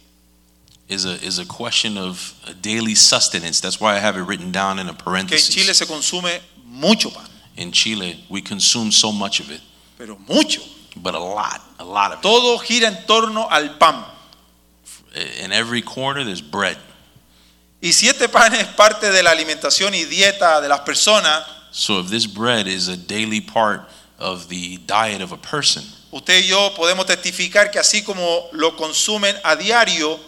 Speaker 3: is a is a question of daily sustenance. That's why I have it written down in a
Speaker 2: Que en
Speaker 3: parenthesis.
Speaker 2: Chile se consume mucho pan,
Speaker 3: In Chile, we consume so much of it,
Speaker 2: pero mucho.
Speaker 3: but a lot, a lot of
Speaker 2: Todo gira en torno al pan.
Speaker 3: it. In every corner, there's bread.
Speaker 2: Y si este pan es parte de la alimentación y dieta de las personas,
Speaker 3: So if this bread is a daily part of the diet of a person,
Speaker 2: usted y yo podemos testificar que así como lo consumen a diario,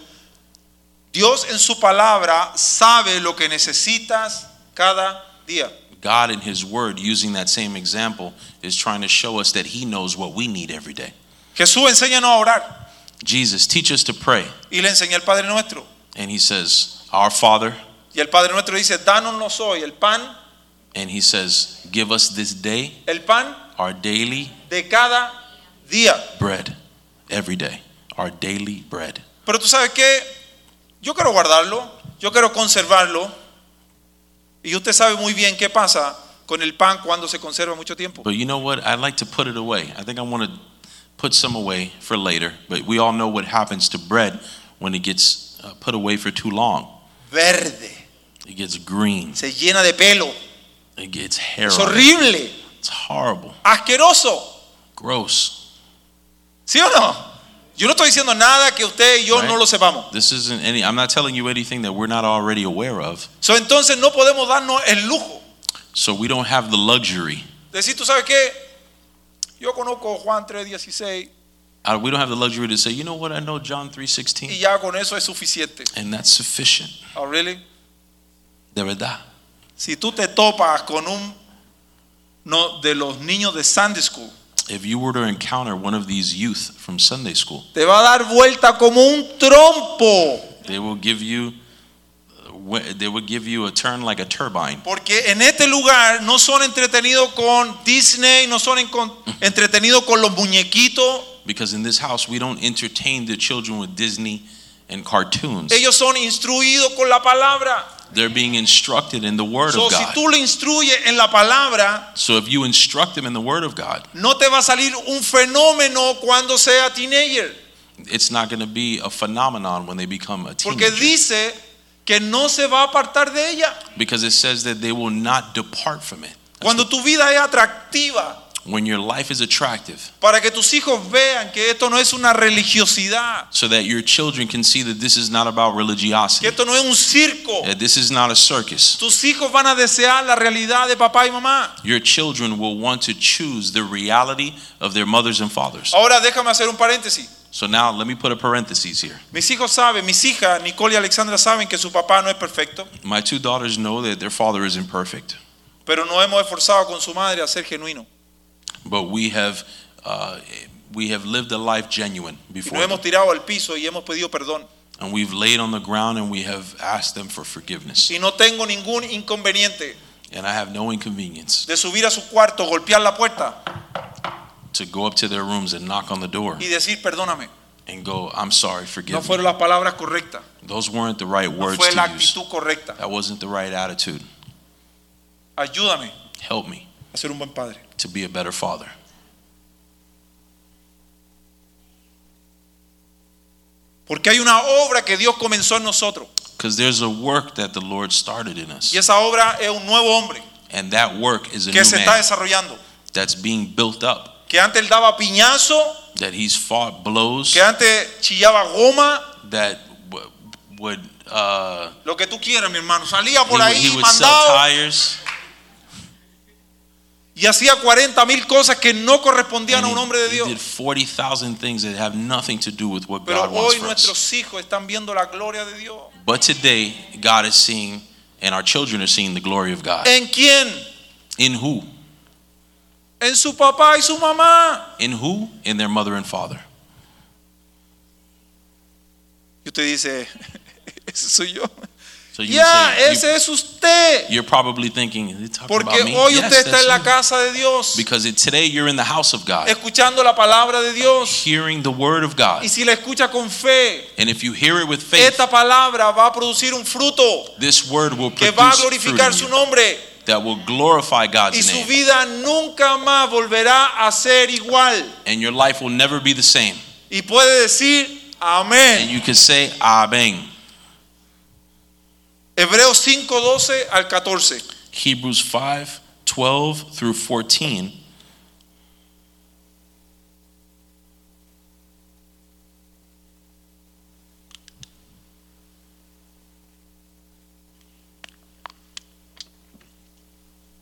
Speaker 2: Dios en su palabra sabe lo que necesitas cada día.
Speaker 3: God in His Word, using that same example, is trying to show us that He knows what we need every day.
Speaker 2: Jesús enséñanos a orar
Speaker 3: Jesus, teach us to pray,
Speaker 2: y le enseña el Padre Nuestro.
Speaker 3: and He says, "Our Father."
Speaker 2: Y el Padre Nuestro dice, dános hoy el pan,
Speaker 3: And he says, Give us this day
Speaker 2: el pan
Speaker 3: our daily
Speaker 2: de cada día.
Speaker 3: bread every day, our daily bread.
Speaker 2: Pero tú sabes qué, yo quiero guardarlo, yo quiero conservarlo. Y usted sabe muy bien qué pasa con el pan cuando se conserva mucho tiempo.
Speaker 3: But you know what? I'd like to put it away. I think I want to put some away for later. But we all know what happens to bread when it gets uh, put away for too long.
Speaker 2: verde,
Speaker 3: It gets green.
Speaker 2: se llena de pelo.
Speaker 3: It gets hair.
Speaker 2: Es
Speaker 3: on it.
Speaker 2: horrible,
Speaker 3: It's horrible.
Speaker 2: asqueroso.
Speaker 3: Gross.
Speaker 2: ¿Sí o no? Yo no estoy diciendo nada que usted y yo
Speaker 3: Right.
Speaker 2: no lo sepamos.
Speaker 3: This isn't any. I'm not telling you anything that we're not already aware of.
Speaker 2: So, entonces no podemos darnos el lujo.
Speaker 3: So we don't have the luxury.
Speaker 2: Decir, tú sabes qué, yo conozco a Juan 3:16
Speaker 3: Uh, we don't have the luxury to say, you know what? I know John three sixteen,
Speaker 2: y ya con eso es suficiente.
Speaker 3: and that's sufficient.
Speaker 2: Oh, really?
Speaker 3: De verdad.
Speaker 2: Si tú te topas con un no, de los niños de Sunday School,
Speaker 3: If you were to encounter one of these youth from Sunday school,
Speaker 2: te va a dar vuelta como un trompo.
Speaker 3: they will give you uh, wh- they will give you a turn like a turbine
Speaker 2: Porque en este lugar no son entretenidos con Disney, no son en- con- entretenidos con los muñequitos.
Speaker 3: because in this house we don't entertain the children with Disney and cartoons.
Speaker 2: Ellos son instruidos con la palabra.
Speaker 3: They're being instructed in the word
Speaker 2: So,
Speaker 3: of
Speaker 2: si
Speaker 3: God.
Speaker 2: tú le instruyes en la palabra,
Speaker 3: So if you instruct them in the word of God,
Speaker 2: no te va a salir un fenómeno cuando sea teenager.
Speaker 3: it's not going to be a phenomenon when they become a
Speaker 2: Porque
Speaker 3: teenager
Speaker 2: dice que no se va a apartar de ella.
Speaker 3: because it says that they will not depart from it. That's
Speaker 2: Cuando tu vida es atractiva,
Speaker 3: what- when your life is attractive,
Speaker 2: para que tus hijos vean que esto no es una religiosidad,
Speaker 3: so that your children can see that this is not about
Speaker 2: que
Speaker 3: religiosity,
Speaker 2: esto no es un circo.
Speaker 3: that Uh, this is not a circus.
Speaker 2: Tus hijos van a desear la realidad de papá y mamá.
Speaker 3: Your children will want to choose the reality of their mothers and fathers.
Speaker 2: Ahora déjame hacer un paréntesis.
Speaker 3: So now let me put a parenthesis here.
Speaker 2: Mis hijos saben, mis hijas, Nicole y Alexandra saben que su papá no es perfecto,
Speaker 3: My two daughters know that their father is imperfect,
Speaker 2: pero nos hemos esforzado con su madre a ser genuino.
Speaker 3: but we have uh, we have lived a life genuine
Speaker 2: Y
Speaker 3: before
Speaker 2: nos hemos
Speaker 3: them.
Speaker 2: tirado al piso y hemos pedido perdón.
Speaker 3: and we've laid on the ground and we have asked them for forgiveness.
Speaker 2: Y no tengo ningún inconveniente
Speaker 3: And I have no inconvenience
Speaker 2: de subir a su cuarto, golpear la puerta
Speaker 3: to go up to their rooms and knock on the door
Speaker 2: y decir perdóname.
Speaker 3: and go, "I'm sorry, forgive
Speaker 2: No
Speaker 3: me."
Speaker 2: fueron las palabras correctas,
Speaker 3: Those weren't the right
Speaker 2: no
Speaker 3: words
Speaker 2: fue la
Speaker 3: to use.
Speaker 2: actitud correcta.
Speaker 3: That wasn't the right attitude.
Speaker 2: Ayúdame
Speaker 3: Help me
Speaker 2: a ser un buen padre.
Speaker 3: to be a better father.
Speaker 2: Porque hay una obra que Dios comenzó en nosotros.
Speaker 3: Because there's a work that the Lord started in us,
Speaker 2: Y esa obra es un nuevo hombre
Speaker 3: and that work is a
Speaker 2: que
Speaker 3: new
Speaker 2: se está
Speaker 3: man
Speaker 2: desarrollando.
Speaker 3: that's being built up.
Speaker 2: Que antes él daba piñazo,
Speaker 3: That he's fought blows
Speaker 2: que antes chillaba goma,
Speaker 3: that w- would uh,
Speaker 2: lo que tú quieras, mi hermano. Salía
Speaker 3: he,
Speaker 2: por
Speaker 3: would-
Speaker 2: ahí
Speaker 3: he would sell
Speaker 2: mandado
Speaker 3: tires.
Speaker 2: y hacía 40 mil cosas que no correspondían
Speaker 3: And
Speaker 2: a un hombre de
Speaker 3: he, he
Speaker 2: Dios.
Speaker 3: did forty thousand things that have nothing to do with what
Speaker 2: Pero
Speaker 3: God wants
Speaker 2: hoy
Speaker 3: for us.
Speaker 2: nuestros hijos están viendo la gloria de Dios.
Speaker 3: But today, God is seeing, and our children are seeing the glory of God.
Speaker 2: ¿En quién?
Speaker 3: In who?
Speaker 2: En su papá y su mamá.
Speaker 3: In who? In their mother and father.
Speaker 2: Y usted dice, ese soy yo.
Speaker 3: So
Speaker 2: Ya,
Speaker 3: you
Speaker 2: ese
Speaker 3: say,
Speaker 2: es usted.
Speaker 3: you, are probably thinking, "Is it talking
Speaker 2: Porque
Speaker 3: about me?"
Speaker 2: hoy
Speaker 3: Yes,
Speaker 2: usted está
Speaker 3: that's
Speaker 2: en la
Speaker 3: you.
Speaker 2: casa de Dios,
Speaker 3: Because it, today you're in the house of God,
Speaker 2: escuchando la palabra de Dios.
Speaker 3: hearing the word of God,
Speaker 2: Y si la escucha con fe,
Speaker 3: and if you hear it with faith,
Speaker 2: esta palabra va a producir un fruto
Speaker 3: this word will
Speaker 2: que va a
Speaker 3: produce fruit
Speaker 2: glorificar
Speaker 3: in
Speaker 2: su
Speaker 3: you
Speaker 2: nombre
Speaker 3: that will glorify
Speaker 2: y
Speaker 3: God's
Speaker 2: su
Speaker 3: name,
Speaker 2: vida nunca más volverá a ser igual.
Speaker 3: and your life will never be the same.
Speaker 2: Y puede decir,
Speaker 3: And
Speaker 2: amén.
Speaker 3: you can say, "Amen."
Speaker 2: Hebreos 5:12 al 14.
Speaker 3: Hebrews 5 12 through 14.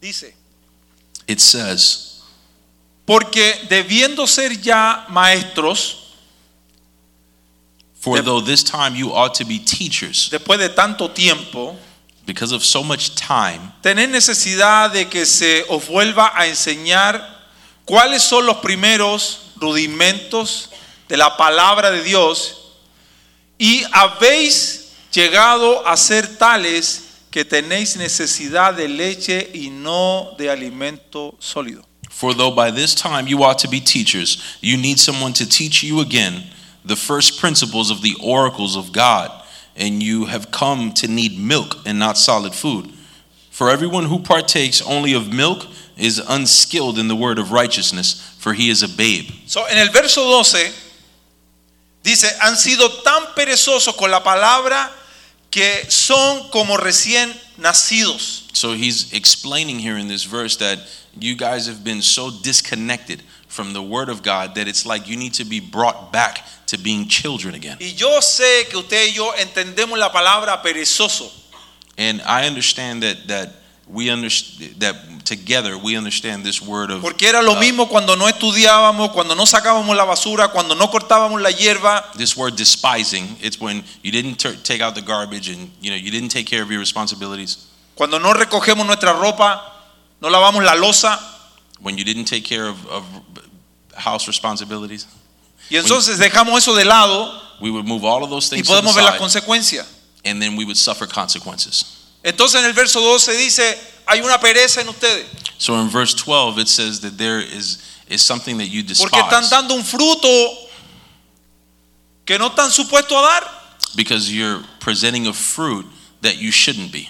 Speaker 2: Dice,
Speaker 3: It says,
Speaker 2: porque debiendo ser ya maestros,
Speaker 3: For
Speaker 2: Yep.
Speaker 3: though this time you ought to be teachers,
Speaker 2: después de tanto tiempo,
Speaker 3: because of so much time,
Speaker 2: Tenéis necesidad de que se os vuelva a enseñar cuáles son los primeros rudimentos de la palabra de Dios y habéis llegado a ser tales que tenéis necesidad de leche y no de alimento sólido.
Speaker 3: for though by this time you ought to be teachers, you need someone to teach you again the first principles of the oracles of God, and you have come to need milk and not solid food. For everyone who partakes only of milk is unskilled in the word of righteousness, for he is a babe.
Speaker 2: So, en el verso 12 dice, han sido tan perezosos con la palabra que son como recién nacidos.
Speaker 3: So he's explaining here in this verse that you guys have been so disconnected from the word of God that it's like you need to be brought back to being children again.
Speaker 2: Y yo sé que usted y yo entendemos la palabra perezoso,
Speaker 3: And I understand that that we understand that together we understand this word of
Speaker 2: porque era lo
Speaker 3: uh,
Speaker 2: mismo cuando no estudiábamos, cuando no sacábamos la basura, cuando no cortábamos la hierba,
Speaker 3: this word despising. It's when you didn't tur take out the garbage and you know you didn't take care of your responsibilities.
Speaker 2: cuando no recogemos nuestra ropa, no lavamos la losa,
Speaker 3: When you didn't take care of, of house responsibilities,
Speaker 2: y entonces dejamos eso de lado
Speaker 3: we would move all of those
Speaker 2: y
Speaker 3: things to the
Speaker 2: podemos ver las
Speaker 3: side,
Speaker 2: consecuencias.
Speaker 3: and then we would suffer consequences.
Speaker 2: Entonces en el verso 12 dice, hay una pereza en ustedes,
Speaker 3: So in verse 12, it says that there is, is something that you
Speaker 2: porque están
Speaker 3: despise
Speaker 2: dando un fruto que no están supuestos a dar.
Speaker 3: because you're presenting a fruit that you shouldn't be.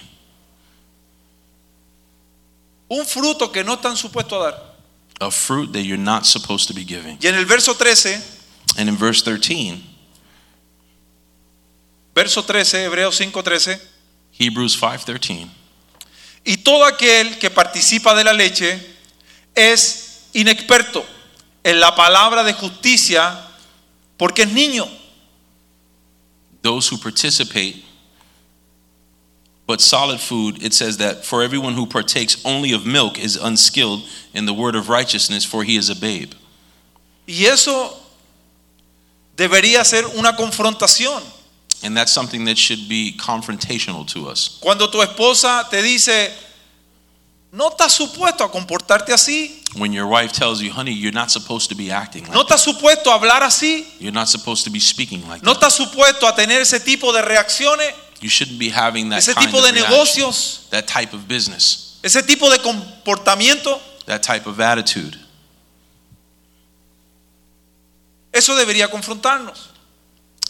Speaker 2: Un fruto que no están supuestos a dar.
Speaker 3: A fruit that you're not supposed to be giving.
Speaker 2: Y en el verso 13,
Speaker 3: And in verse 13,
Speaker 2: verso 13, Hebreos 5:13.
Speaker 3: Hebrews 5:13,
Speaker 2: Y todo aquel que participa de la leche es inexperto en la palabra de justicia porque es niño.
Speaker 3: Those who participate, but solid food, it says that for everyone who partakes only of milk is unskilled in the word of righteousness, for he is a babe.
Speaker 2: Y eso debería ser una confrontación.
Speaker 3: And that's something that should be confrontational to us.
Speaker 2: Cuando tu esposa te dice, no estás supuesto a comportarte así,
Speaker 3: When your wife tells you, honey, you're not supposed to be acting like
Speaker 2: no
Speaker 3: that.
Speaker 2: estás supuesto a hablar así,
Speaker 3: You're not supposed to be speaking like
Speaker 2: no
Speaker 3: that.
Speaker 2: estás supuesto a tener ese tipo de reacciones,
Speaker 3: You shouldn't be having that
Speaker 2: ese
Speaker 3: kind
Speaker 2: tipo
Speaker 3: of
Speaker 2: de
Speaker 3: reaction,
Speaker 2: negocios,
Speaker 3: that type of business,
Speaker 2: ese tipo de comportamiento,
Speaker 3: that type of attitude.
Speaker 2: eso debería confrontarnos.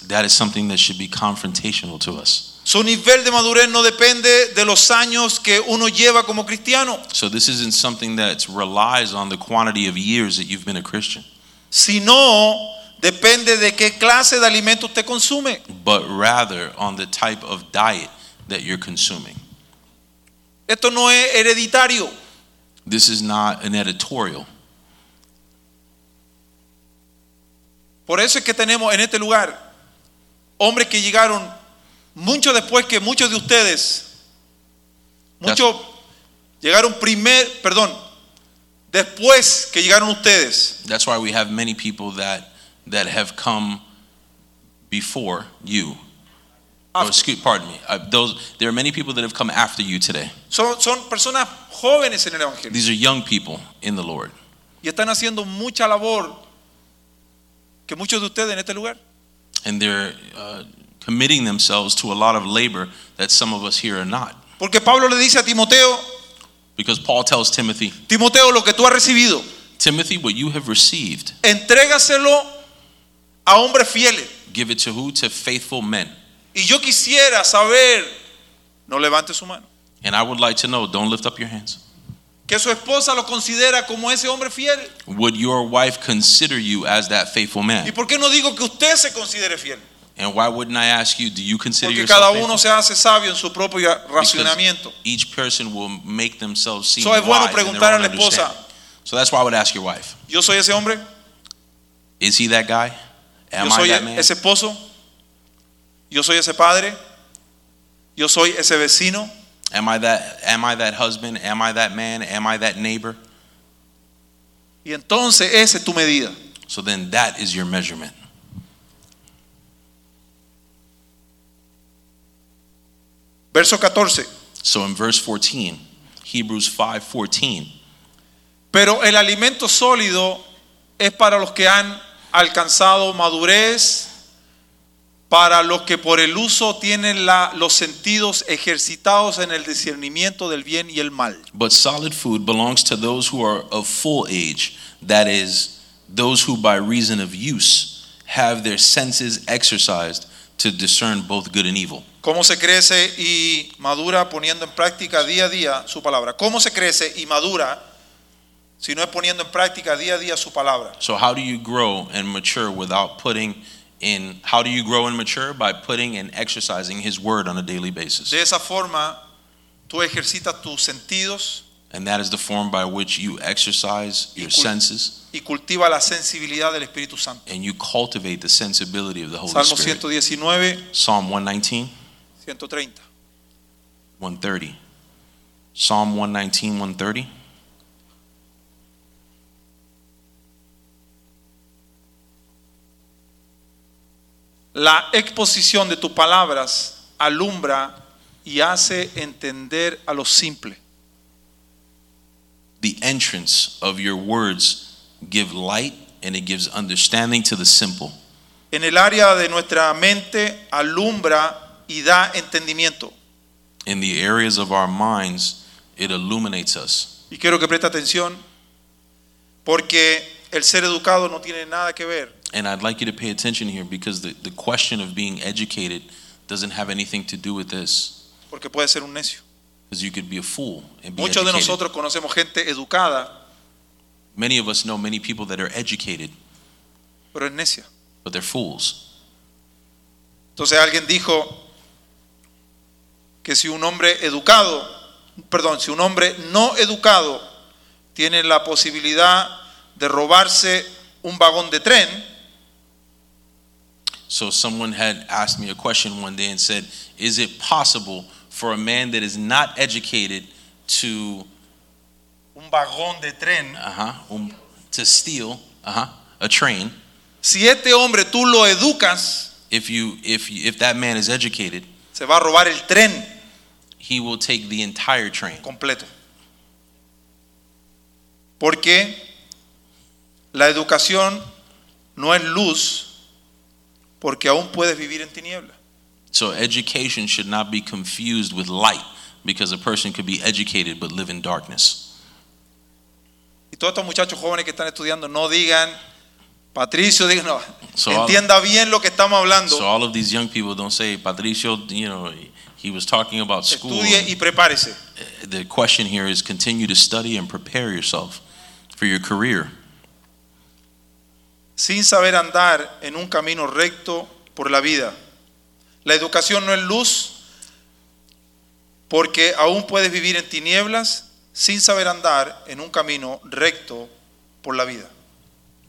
Speaker 3: That is something that should be confrontational to us.
Speaker 2: Su nivel de madurez no depende de los años que uno lleva como cristiano,
Speaker 3: So this isn't something that relies on the quantity of years that you've been a Christian,
Speaker 2: sino depende de qué clase de alimento usted consume.
Speaker 3: but rather on the type of diet that you're consuming.
Speaker 2: Esto no es hereditario.
Speaker 3: This is not an editorial.
Speaker 2: Por eso es que tenemos en este lugar hombres que llegaron mucho después que muchos de ustedes. Muchos llegaron primer, perdón, después que llegaron ustedes.
Speaker 3: That's why we have many people that that have come before you. Oh,
Speaker 2: After.
Speaker 3: excuse, pardon me. Uh, those there are many people that have come after you today.
Speaker 2: Son, son personas jóvenes en el Evangelio
Speaker 3: These are young people in the Lord,
Speaker 2: y están haciendo mucha labor que muchos de ustedes en este lugar.
Speaker 3: and they're uh, committing themselves to a lot of labor that some of us here are not.
Speaker 2: Porque Pablo le dice a Timoteo,
Speaker 3: Because Paul tells Timothy,
Speaker 2: Timoteo, lo que tú has recibido,
Speaker 3: Timothy, what you have received,
Speaker 2: entrégaselo a hombres fieles.
Speaker 3: give it to who? To faithful men.
Speaker 2: Y yo quisiera saber, no levante su mano.
Speaker 3: And I would like to know, don't lift up your hands.
Speaker 2: que su esposa lo considera como ese hombre fiel.
Speaker 3: Would your wife consider you as that faithful
Speaker 2: ¿Y
Speaker 3: man?
Speaker 2: por qué no digo que usted se considere fiel?
Speaker 3: And why wouldn't I ask you, do you consider
Speaker 2: Porque
Speaker 3: yourself
Speaker 2: cada
Speaker 3: faithful?
Speaker 2: uno se hace sabio en su propio racionamiento.
Speaker 3: Because each person will make themselves seem
Speaker 2: So es bueno
Speaker 3: wise in their
Speaker 2: preguntar a
Speaker 3: own
Speaker 2: la esposa.
Speaker 3: understanding. So that's why I would ask your wife,
Speaker 2: Yo soy ese hombre,
Speaker 3: is he that guy? Am
Speaker 2: yo
Speaker 3: I
Speaker 2: soy e-
Speaker 3: that man?
Speaker 2: ese esposo, yo soy ese padre, yo soy ese vecino.
Speaker 3: Am I that am I that husband? Am I that man? Am I that neighbor?
Speaker 2: Y entonces esa es tu medida.
Speaker 3: So then that is your measurement.
Speaker 2: Verso 14.
Speaker 3: So in verse 14, Hebrews 5:14,
Speaker 2: Pero el alimento sólido es para los que han alcanzado madurez, para los que por el uso tienen la- los sentidos ejercitados en el discernimiento del bien y el mal.
Speaker 3: but solid food belongs to those who are of full age, that is those who by reason of use have their senses exercised to discern both good and evil.
Speaker 2: ¿Cómo se crece y madura poniendo en práctica día a día su palabra? ¿Cómo se crece y madura si no es poniendo en práctica día a día su palabra?
Speaker 3: So how do you grow and mature without putting in how do you grow and mature by putting and exercising his word on a daily basis?
Speaker 2: De esa forma, tú ejercitas tus sentidos
Speaker 3: And that is the form by which you exercise your
Speaker 2: Equal-
Speaker 3: senses
Speaker 2: y cultiva la sensibilidad del Espíritu Santo.
Speaker 3: and you cultivate the sensibility of the Holy
Speaker 2: Salmo
Speaker 3: Spirit.
Speaker 2: 119,
Speaker 3: Psalm 119,
Speaker 2: 130.
Speaker 3: 130. Psalm 119, 130.
Speaker 2: La exposición de tus palabras alumbra y hace entender a los simples.
Speaker 3: The entrance of your words give light and it gives understanding to the simple.
Speaker 2: En el área de nuestra mente alumbra y da entendimiento.
Speaker 3: In the areas of our minds, it illuminates us.
Speaker 2: Y quiero que preste atención porque el ser educado no tiene nada que ver
Speaker 3: And I'd like you to pay attention here because the, the question of being educated doesn't have anything to do with this.
Speaker 2: porque puede ser un necio.
Speaker 3: Because you could be a fool and be
Speaker 2: Muchos de
Speaker 3: educated.
Speaker 2: nosotros conocemos gente educada,
Speaker 3: Many of us know many people that are educated,
Speaker 2: pero es necia.
Speaker 3: but they're fools.
Speaker 2: Entonces alguien dijo que si un hombre educado, perdón, si un hombre no educado tiene la posibilidad de robarse un vagón de tren,
Speaker 3: So someone had asked me a question one day and said, "Is it possible for a man that is not educated to
Speaker 2: un vagón de tren,
Speaker 3: uh-huh, um, to steal uh-huh, a train
Speaker 2: si este hombre tú lo educas,
Speaker 3: if you if you, if that man is educated,
Speaker 2: se va a robar el tren
Speaker 3: he will take the entire train
Speaker 2: completo? Porque la educación no es luz, porque aún puedes vivir en tinieblas.
Speaker 3: so education should not be confused with light because a person could be educated but live in darkness
Speaker 2: Y todos estos muchachos jóvenes que están estudiando no digan, Patricio, digan, no,
Speaker 3: So-
Speaker 2: entienda bien lo que estamos hablando,
Speaker 3: so all of these young people don't say patricio you know he was talking about school
Speaker 2: estudie y prepárese.
Speaker 3: the question here is continue to study and prepare yourself for your career
Speaker 2: Sin saber andar en un camino recto por la vida. La educación no es luz, porque aún puedes vivir en tinieblas sin saber andar en un camino recto por la vida.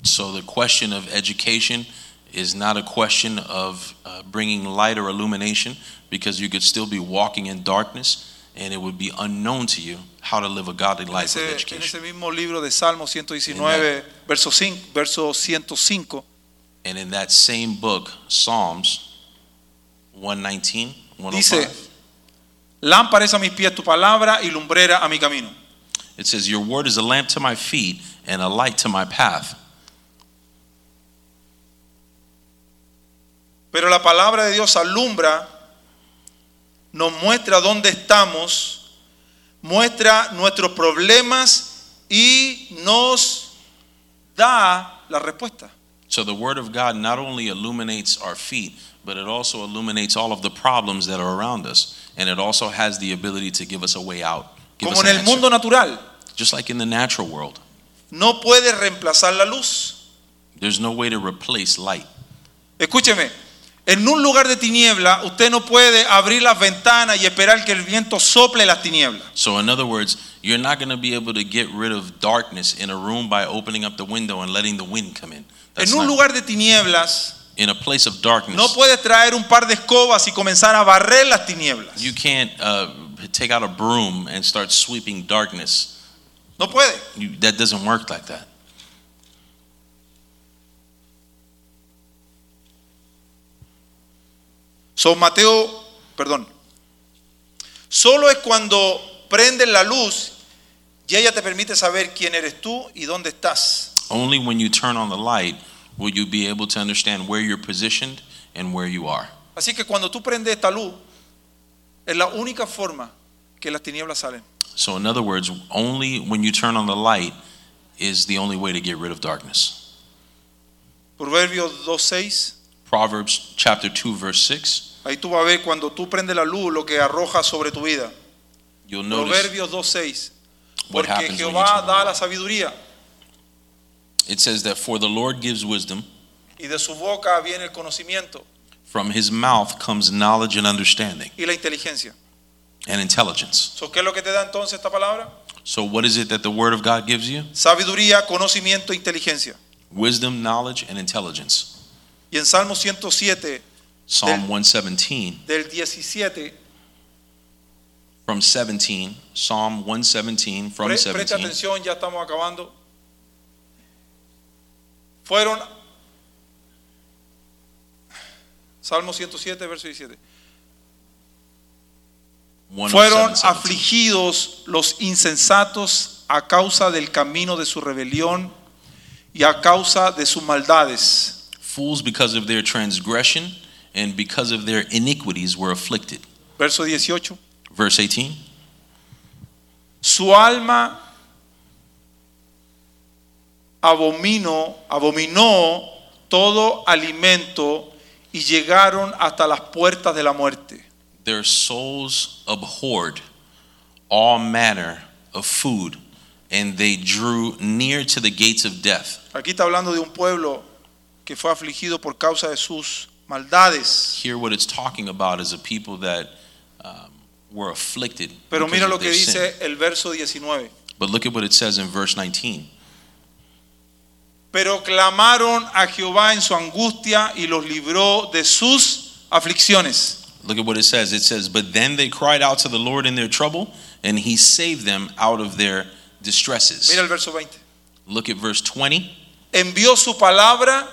Speaker 3: so the question of education is not a question of uh, bringing light or illumination because you could still be walking in darkness and it would be unknown to you how to live a godly
Speaker 2: En
Speaker 3: life of
Speaker 2: ese, en ese
Speaker 3: education
Speaker 2: mismo libro de Salmo 119, verso, 5, verso 105,
Speaker 3: And in that same book, Psalms 119, 105,
Speaker 2: Dice- lámpara es a mis pies tu palabra y lumbrera a mi camino.
Speaker 3: it says, Your word is a lamp to my feet and a light to my path.
Speaker 2: Pero la palabra de Dios alumbra, nos muestra dónde estamos, muestra nuestros problemas y nos da la respuesta.
Speaker 3: So the word of God not only illuminates our feet, but it also illuminates all of the problems that are around us. And it also has the ability to give us a way out. Give
Speaker 2: Como
Speaker 3: us
Speaker 2: en
Speaker 3: an
Speaker 2: el
Speaker 3: answer.
Speaker 2: mundo natural,
Speaker 3: Just like in the natural world,
Speaker 2: no puede reemplazar la luz.
Speaker 3: there's no way to replace light.
Speaker 2: Escúcheme, en un lugar de tiniebla usted no puede abrir las ventanas y esperar que el viento sople las tinieblas.
Speaker 3: So, in other words, you're not going to be able to get rid of darkness in a room by opening up the window and letting the wind come in. That's
Speaker 2: En un
Speaker 3: not-
Speaker 2: lugar de tinieblas
Speaker 3: in a place of darkness.
Speaker 2: no puedes traer un par de escobas y comenzar a barrer las tinieblas.
Speaker 3: You can't uh, take out a broom and start sweeping darkness.
Speaker 2: No puede.
Speaker 3: You, that doesn't work like that.
Speaker 2: So, Mateo, perdón. Solo es cuando prendes la luz y ella te permite saber quién eres tú y dónde estás.
Speaker 3: Only when you turn on the light will you be able to understand where you're positioned and where you are.
Speaker 2: Así que cuando tú prendes esta luz, es la única forma que las tinieblas salen.
Speaker 3: So, in other words, only when you turn on the light is the only way to get rid of darkness.
Speaker 2: Proverbios 2.6,
Speaker 3: Proverbs chapter 2, verse 6.
Speaker 2: ahí tú vas a ver cuando tú prendes la luz lo que arroja sobre tu vida.
Speaker 3: You'll notice
Speaker 2: Proverbios 2.6, porque
Speaker 3: what happens when you turn
Speaker 2: Jehová
Speaker 3: on the
Speaker 2: da la
Speaker 3: light.
Speaker 2: sabiduría
Speaker 3: It says that for the Lord gives wisdom,
Speaker 2: y de su boca viene el conocimiento
Speaker 3: from his mouth comes knowledge and understanding
Speaker 2: y la inteligencia.
Speaker 3: and intelligence.
Speaker 2: So, ¿Qué es lo que te da entonces esta palabra?
Speaker 3: So, what is it that the word of God gives you?
Speaker 2: Sabiduría, conocimiento, inteligencia.
Speaker 3: wisdom, knowledge, and intelligence.
Speaker 2: Y en Salmo 107,
Speaker 3: Psalm
Speaker 2: Del-
Speaker 3: 117,
Speaker 2: del 17,
Speaker 3: from 17, Psalm 117, from
Speaker 2: pre- preste
Speaker 3: 17.
Speaker 2: atención, ya estamos acabando. Fueron, Salmo 107, verso 17. Fueron
Speaker 3: 107, 17.
Speaker 2: afligidos los insensatos a causa del camino de su rebelión y a causa de sus maldades.
Speaker 3: Fools, because of their transgression and because of their iniquities, were afflicted.
Speaker 2: Verso 18.
Speaker 3: Verse 18.
Speaker 2: Su alma abominó, abominó todo alimento y llegaron hasta las puertas de la muerte.
Speaker 3: Their souls abhorred all manner of food, and they drew near to the gates of death.
Speaker 2: Aquí está hablando de un pueblo que fue afligido por causa de sus maldades.
Speaker 3: Here, what it's talking about is a people that um, were afflicted.
Speaker 2: Pero
Speaker 3: because
Speaker 2: mira
Speaker 3: of
Speaker 2: lo que
Speaker 3: their sin.
Speaker 2: dice el verso 19.
Speaker 3: But look at what it says in verse 19.
Speaker 2: Pero clamaron a Jehová en su angustia y los libró de sus aflicciones.
Speaker 3: Look at what it says. It says, But then they cried out to the Lord in their trouble, and he saved them out of their
Speaker 2: Mira
Speaker 3: distresses.
Speaker 2: el verso 20.
Speaker 3: Look at verse 20.
Speaker 2: Envió su palabra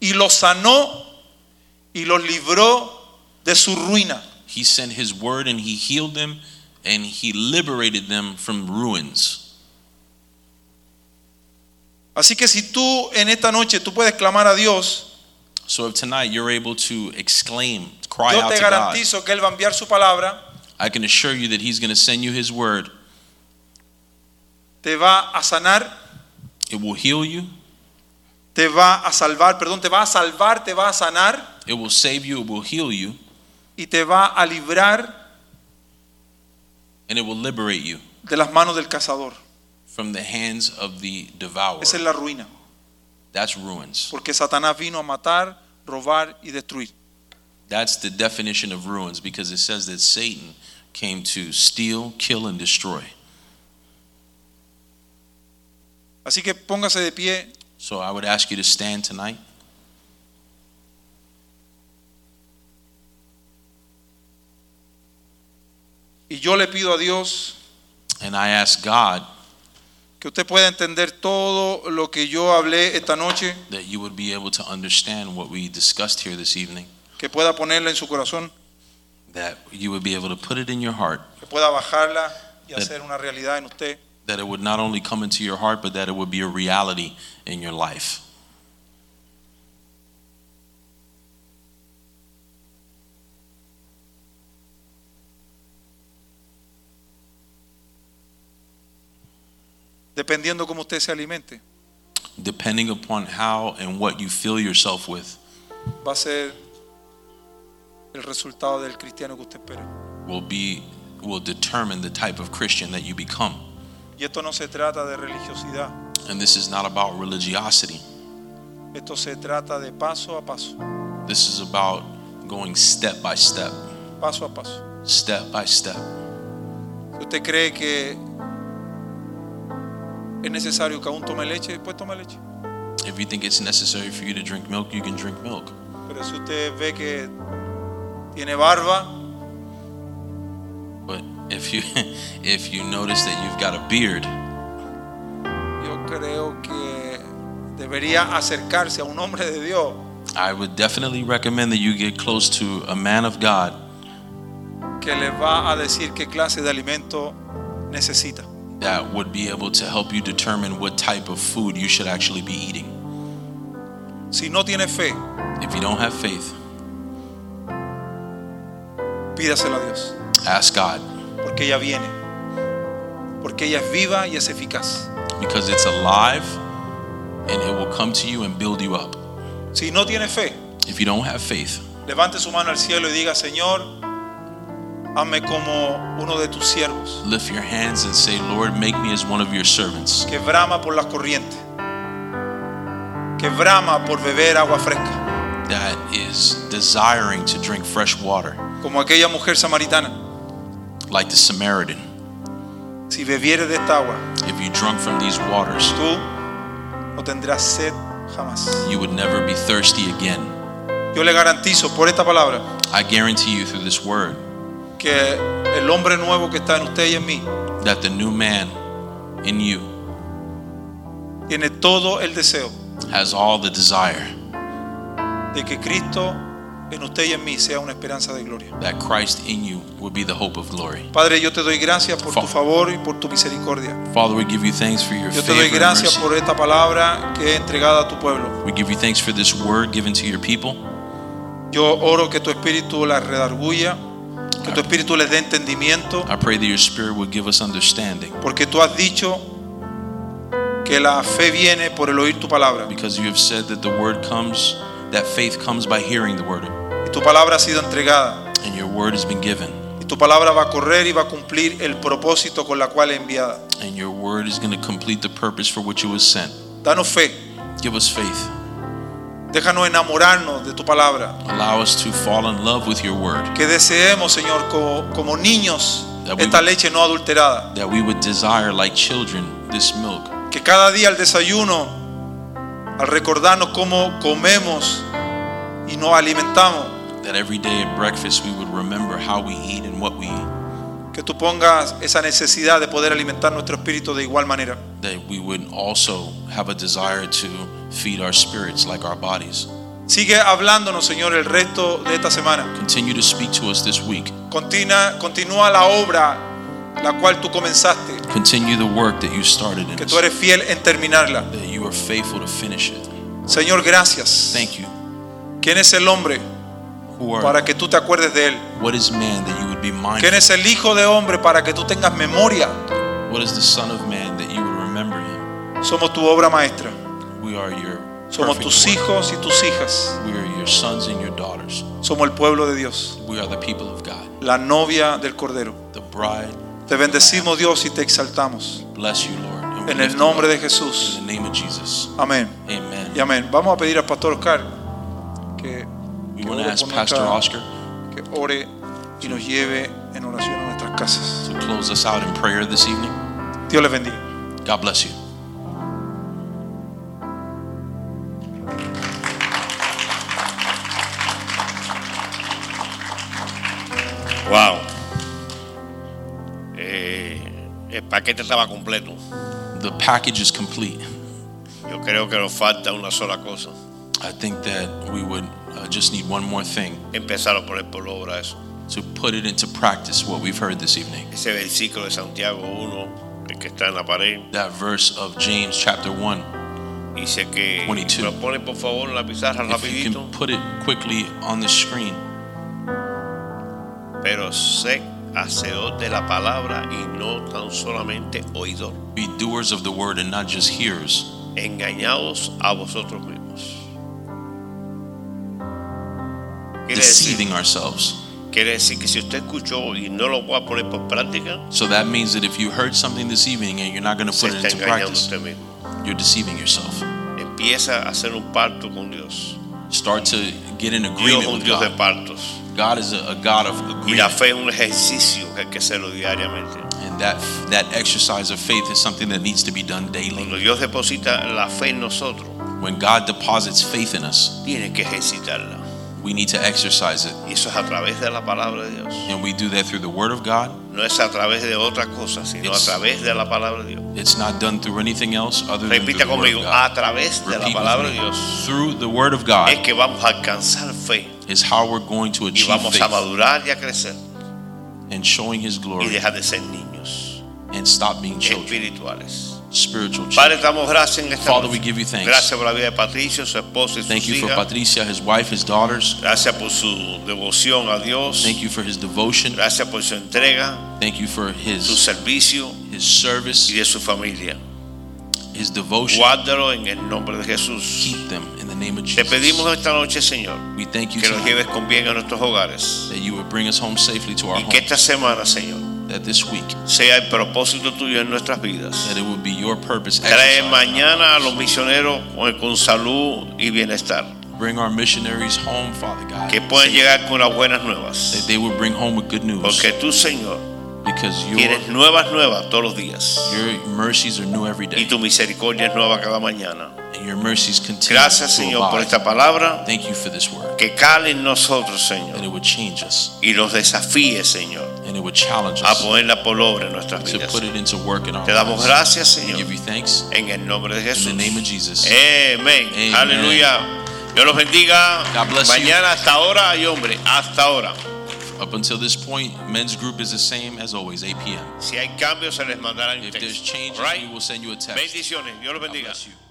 Speaker 2: y los sanó y los libró de su ruina.
Speaker 3: He sent his word and he healed them, and he liberated them from ruins.
Speaker 2: Así que si tú en esta noche tú puedes clamar a Dios,
Speaker 3: So if tonight you're able to exclaim, cry
Speaker 2: yo
Speaker 3: out
Speaker 2: te
Speaker 3: to God,
Speaker 2: garantizo que Él va a enviar su palabra,
Speaker 3: I can assure you that he's going to send you his word.
Speaker 2: te va a sanar,
Speaker 3: It will heal you,
Speaker 2: te va a salvar, perdón, te va a salvar, te va a sanar
Speaker 3: it will save you, it will heal you,
Speaker 2: y te va a librar
Speaker 3: and it will liberate you
Speaker 2: de las manos del cazador.
Speaker 3: from the hands of the devourer.
Speaker 2: Esa es la ruina,
Speaker 3: That's ruins.
Speaker 2: porque Satanás vino a matar, robar y destruir.
Speaker 3: That's the definition of ruins because it says that Satan came to steal, kill, and destroy.
Speaker 2: Así que póngase de pie
Speaker 3: So I would ask you to stand tonight.
Speaker 2: y yo le pido a Dios
Speaker 3: And I ask God
Speaker 2: que usted pueda entender todo lo que yo hablé esta noche,
Speaker 3: that you would be able to understand what we discussed here this evening,
Speaker 2: que pueda ponerla en su corazón,
Speaker 3: that you would be able to put it in your heart,
Speaker 2: que pueda bajarla y hacer una realidad en usted.
Speaker 3: that it would not only come into your heart, but that it would be a reality in your life.
Speaker 2: dependiendo cómo usted se alimente,
Speaker 3: Depending upon how and what you fill yourself with
Speaker 2: va a ser el resultado del cristiano que usted espera.
Speaker 3: will be will determine the type of Christian that you become.
Speaker 2: Y esto no se trata de religiosidad,
Speaker 3: And this is not about religiosity.
Speaker 2: esto se trata de paso a paso,
Speaker 3: This is about going step by step,
Speaker 2: paso a paso.
Speaker 3: step by step.
Speaker 2: Si usted cree que es necesario que aún tome leche, pues tome leche.
Speaker 3: If you think it's necessary for you to drink milk, you can drink milk.
Speaker 2: Pero si usted ve que tiene barba,
Speaker 3: But if you if you notice that you've got a beard,
Speaker 2: yo creo que debería acercarse a un hombre de Dios
Speaker 3: I would definitely recommend that you get close to a man of God
Speaker 2: que le va a decir qué clase de alimento necesita.
Speaker 3: that would be able to help you determine what type of food you should actually be eating.
Speaker 2: Si no tiene fe,
Speaker 3: If you don't have faith,
Speaker 2: pídaselo a Dios.
Speaker 3: ask God
Speaker 2: porque ella viene, porque ella es viva y es eficaz.
Speaker 3: because it's alive and it will come to you and build you up.
Speaker 2: Si no tiene fe,
Speaker 3: If you don't have faith,
Speaker 2: levante su mano al cielo y diga, Señor, hazme como uno de tus siervos,
Speaker 3: lift your hands and say, "Lord, make me as one of your servants."
Speaker 2: que brama por las corrientes, que brama por beber agua fresca,
Speaker 3: that is desiring to drink fresh water,
Speaker 2: como aquella mujer samaritana.
Speaker 3: like the Samaritan.
Speaker 2: Si bebieres de esta agua,
Speaker 3: If you drunk from these waters,
Speaker 2: tú no tendrás sed jamás.
Speaker 3: you would never be thirsty again.
Speaker 2: Yo le garantizo por esta palabra
Speaker 3: I guarantee you through this word
Speaker 2: que el hombre nuevo que está en usted y en mí
Speaker 3: that the new man in you
Speaker 2: tiene todo el deseo
Speaker 3: has all the desire
Speaker 2: de que Cristo en usted y en mí sea una esperanza de gloria.
Speaker 3: that Christ in you will be the hope of glory.
Speaker 2: Padre, yo te doy gracias por tu
Speaker 3: Fa-
Speaker 2: favor y por tu misericordia.
Speaker 3: Father, we give you thanks for your
Speaker 2: Yo te doy
Speaker 3: favor and
Speaker 2: gracias
Speaker 3: mercy.
Speaker 2: por esta palabra que he entregado a tu pueblo.
Speaker 3: We give you thanks for this word given to your people.
Speaker 2: Yo oro que tu espíritu la redarguya, que tu espíritu les dé entendimiento,
Speaker 3: I pray that your spirit will give us understanding
Speaker 2: porque tú has dicho que la fe viene por el oír tu palabra.
Speaker 3: because you have said that the word comes, that faith comes by hearing the word,
Speaker 2: Y tu palabra ha sido entregada,
Speaker 3: and your word has been given.
Speaker 2: y tu palabra va a correr y va a cumplir el propósito con la cual es enviada.
Speaker 3: and your word is going to complete the purpose for which it was sent.
Speaker 2: Danos fe,
Speaker 3: Give us faith.
Speaker 2: déjanos enamorarnos de tu palabra,
Speaker 3: Allow us to fall in love with your word,
Speaker 2: que deseemos, Señor, como, como niños,
Speaker 3: Ya voy.
Speaker 2: esta leche no adulterada.
Speaker 3: that we would desire, like children, this milk,
Speaker 2: Que cada día al desayuno al recordarnos cómo comemos y nos alimentamos,
Speaker 3: That every day at breakfast, we would remember how we eat and what we eat.
Speaker 2: que tú pongas esa necesidad de poder alimentar nuestro espíritu de igual manera.
Speaker 3: That we would also have a desire to feed our spirits like our bodies.
Speaker 2: Sigue hablándonos, Señor, el resto de esta semana.
Speaker 3: Continue to speak to us this week.
Speaker 2: Continúa, continúa la obra la cual tú comenzaste,
Speaker 3: Continue the work that you started in
Speaker 2: que
Speaker 3: us.
Speaker 2: tú eres fiel en terminarla.
Speaker 3: That you are faithful to finish it.
Speaker 2: Señor, gracias.
Speaker 3: Thank you.
Speaker 2: ¿Quién es el hombre
Speaker 3: Who are
Speaker 2: para que tú te acuerdes de él?
Speaker 3: What is man that you would be
Speaker 2: ¿Quién
Speaker 3: mindful?
Speaker 2: es el hijo de hombre para que tú tengas memoria?
Speaker 3: What is the Son of Man that you would remember him?
Speaker 2: Somos tu obra maestra.
Speaker 3: We are your
Speaker 2: Somos
Speaker 3: perfect
Speaker 2: tus
Speaker 3: work.
Speaker 2: hijos y tus hijas.
Speaker 3: We are your sons and your daughters.
Speaker 2: Somos el pueblo de Dios,
Speaker 3: We are the people of God,
Speaker 2: la novia del Cordero.
Speaker 3: the bride.
Speaker 2: Te bendecimos Dios y te exaltamos.
Speaker 3: Bless you, Lord. And we
Speaker 2: En el
Speaker 3: lift you
Speaker 2: nombre
Speaker 3: up
Speaker 2: de Jesús.
Speaker 3: In the name of Jesus.
Speaker 2: Amén.
Speaker 3: Amen.
Speaker 2: Y amén. Vamos a pedir al pastor Oscar que,
Speaker 3: We
Speaker 2: que
Speaker 3: want to
Speaker 2: ore,
Speaker 3: ask
Speaker 2: por
Speaker 3: Pastor
Speaker 2: nuestra-
Speaker 3: Oscar
Speaker 2: que ore y nos lleve en oración a nuestras casas.
Speaker 3: to close us out in prayer this evening.
Speaker 2: Dios les bendiga.
Speaker 3: God bless you.
Speaker 4: Wow. Eh, el paquete estaba completo.
Speaker 3: The package is complete.
Speaker 4: Yo creo que nos falta una sola cosa.
Speaker 3: I think that we would uh, just need one more thing
Speaker 4: Empezar a poner por obra eso.
Speaker 3: to put it into practice what we've heard this evening.
Speaker 4: Ese versículo de Santiago 1, el que está en la pared,
Speaker 3: That verse of James chapter 1.
Speaker 4: dice que.
Speaker 3: 22.
Speaker 4: Lo pone por favor en la pizarra
Speaker 3: If you
Speaker 4: rapidito.
Speaker 3: can put it quickly on the screen,
Speaker 4: Pero sé hacedor de la palabra y no tan solamente oidor.
Speaker 3: be doers of the word and not just hearers,
Speaker 4: Engañados a vosotros mismos. Quiere decir-
Speaker 3: deceiving ourselves.
Speaker 4: Quiere decir que si usted escuchó y no lo va a poner por práctica,
Speaker 3: So that means that if you heard something this evening and you're not going to
Speaker 4: se
Speaker 3: put it
Speaker 4: está
Speaker 3: into
Speaker 4: engañando a
Speaker 3: practice,
Speaker 4: usted mismo.
Speaker 3: you're deceiving yourself.
Speaker 4: Empieza a hacer un pacto con Dios.
Speaker 3: Start to get in
Speaker 4: Dios es
Speaker 3: agreement
Speaker 4: un
Speaker 3: with
Speaker 4: Dios de
Speaker 3: God.
Speaker 4: partos.
Speaker 3: God is a, a God of
Speaker 4: Y la
Speaker 3: agreement,
Speaker 4: fe es un ejercicio que hay que hacerlo diariamente.
Speaker 3: and that that exercise of faith is something that needs to be done
Speaker 4: Cuando
Speaker 3: daily.
Speaker 4: Dios deposita la fe en nosotros,
Speaker 3: When God deposits faith in us,
Speaker 4: tiene que ejercitarla.
Speaker 3: we need to exercise it,
Speaker 4: Y eso es a través de la palabra de Dios.
Speaker 3: and we do that through the Word of God.
Speaker 4: No es a través de otra cosa, sino a
Speaker 3: It's-
Speaker 4: través de la palabra de Dios.
Speaker 3: It's not done through anything else other than through
Speaker 4: Repita
Speaker 3: the Word of
Speaker 4: conmigo,
Speaker 3: God.
Speaker 4: a través de la
Speaker 3: Repeat
Speaker 4: palabra de
Speaker 3: with me.
Speaker 4: Dios
Speaker 3: Through the Word of God.
Speaker 4: es que vamos a alcanzar fe
Speaker 3: is how we're going to
Speaker 4: y
Speaker 3: achieve
Speaker 4: vamos a
Speaker 3: faith
Speaker 4: madurar y a crecer
Speaker 3: and showing His
Speaker 4: y
Speaker 3: glory
Speaker 4: dejar de ser niños.
Speaker 3: and stop being children,
Speaker 4: espirituales.
Speaker 3: spiritual children.
Speaker 4: Padre, te damos gracias en esta
Speaker 3: Father, we
Speaker 4: noche.
Speaker 3: give you thanks.
Speaker 4: Gracias por la vida de Patricio, su esposa y sus
Speaker 3: Thank you for
Speaker 4: hijas.
Speaker 3: Patricia, his wife, his daughters.
Speaker 4: gracias por su devoción a Dios.
Speaker 3: Thank you for his devotion.
Speaker 4: Gracias por su entrega,
Speaker 3: Thank you for
Speaker 4: su
Speaker 3: his
Speaker 4: servicio
Speaker 3: his
Speaker 4: y
Speaker 3: service,
Speaker 4: de su familia.
Speaker 3: his devotion.
Speaker 4: Guárdalo en el nombre de Jesús.
Speaker 3: Keep them in the name of
Speaker 4: Te pedimos
Speaker 3: Jesus.
Speaker 4: esta noche, Señor,
Speaker 3: We thank you
Speaker 4: que nos
Speaker 3: tonight
Speaker 4: lleves con bien a nuestros hogares.
Speaker 3: that you would bring us home safely to our
Speaker 4: Y que
Speaker 3: home.
Speaker 4: esta semana, Señor,
Speaker 3: That this week,
Speaker 4: sea el propósito tuyo en nuestras vidas.
Speaker 3: that it would be your purpose. exercised
Speaker 4: Trae
Speaker 3: in our
Speaker 4: mañana a los
Speaker 3: lives.
Speaker 4: misioneros con- con salud y bienestar.
Speaker 3: Bring our missionaries home, Father God.
Speaker 4: Que puedan
Speaker 3: safely.
Speaker 4: llegar con las buenas
Speaker 3: That
Speaker 4: nuevas.
Speaker 3: they would bring home with good news.
Speaker 4: Porque tú, Señor,
Speaker 3: Because your
Speaker 4: Tienes nuevas, nuevas todos los días.
Speaker 3: your mercies are new every
Speaker 4: Y
Speaker 3: day.
Speaker 4: tu misericordia es nueva cada mañana.
Speaker 3: and your mercies continue
Speaker 4: Gracias,
Speaker 3: to
Speaker 4: Señor, por
Speaker 3: abide.
Speaker 4: esta palabra.
Speaker 3: Thank you for this word.
Speaker 4: Que cale en nosotros,
Speaker 3: That it
Speaker 4: Señor.
Speaker 3: would change us
Speaker 4: Y nos desafíe, Señor,
Speaker 3: and it would challenge
Speaker 4: a
Speaker 3: us
Speaker 4: ponerla por obra en nuestras
Speaker 3: to
Speaker 4: vidas.
Speaker 3: put it into work in our
Speaker 4: Ah, Te damos
Speaker 3: lives.
Speaker 4: gracias,
Speaker 3: We give
Speaker 4: Señor.
Speaker 3: you thanks
Speaker 4: En el nombre de
Speaker 3: in
Speaker 4: Jesús. Eh.
Speaker 3: the name of Jesus.
Speaker 4: Amén.
Speaker 3: Amen.
Speaker 4: Aleluya. Dios los bendiga.
Speaker 3: God bless you.
Speaker 4: Mañana hasta ahora hay hombre. Hasta ahora.
Speaker 3: Up until this point, men's group is the same as always, 8 p.m.
Speaker 4: Si hay cambios, se les mandará un
Speaker 3: If there's
Speaker 4: texto.
Speaker 3: changes,
Speaker 4: Alright.
Speaker 3: we will send you a text.
Speaker 4: Bendiciones. Dios los
Speaker 3: God
Speaker 4: bendiga.
Speaker 3: bless you.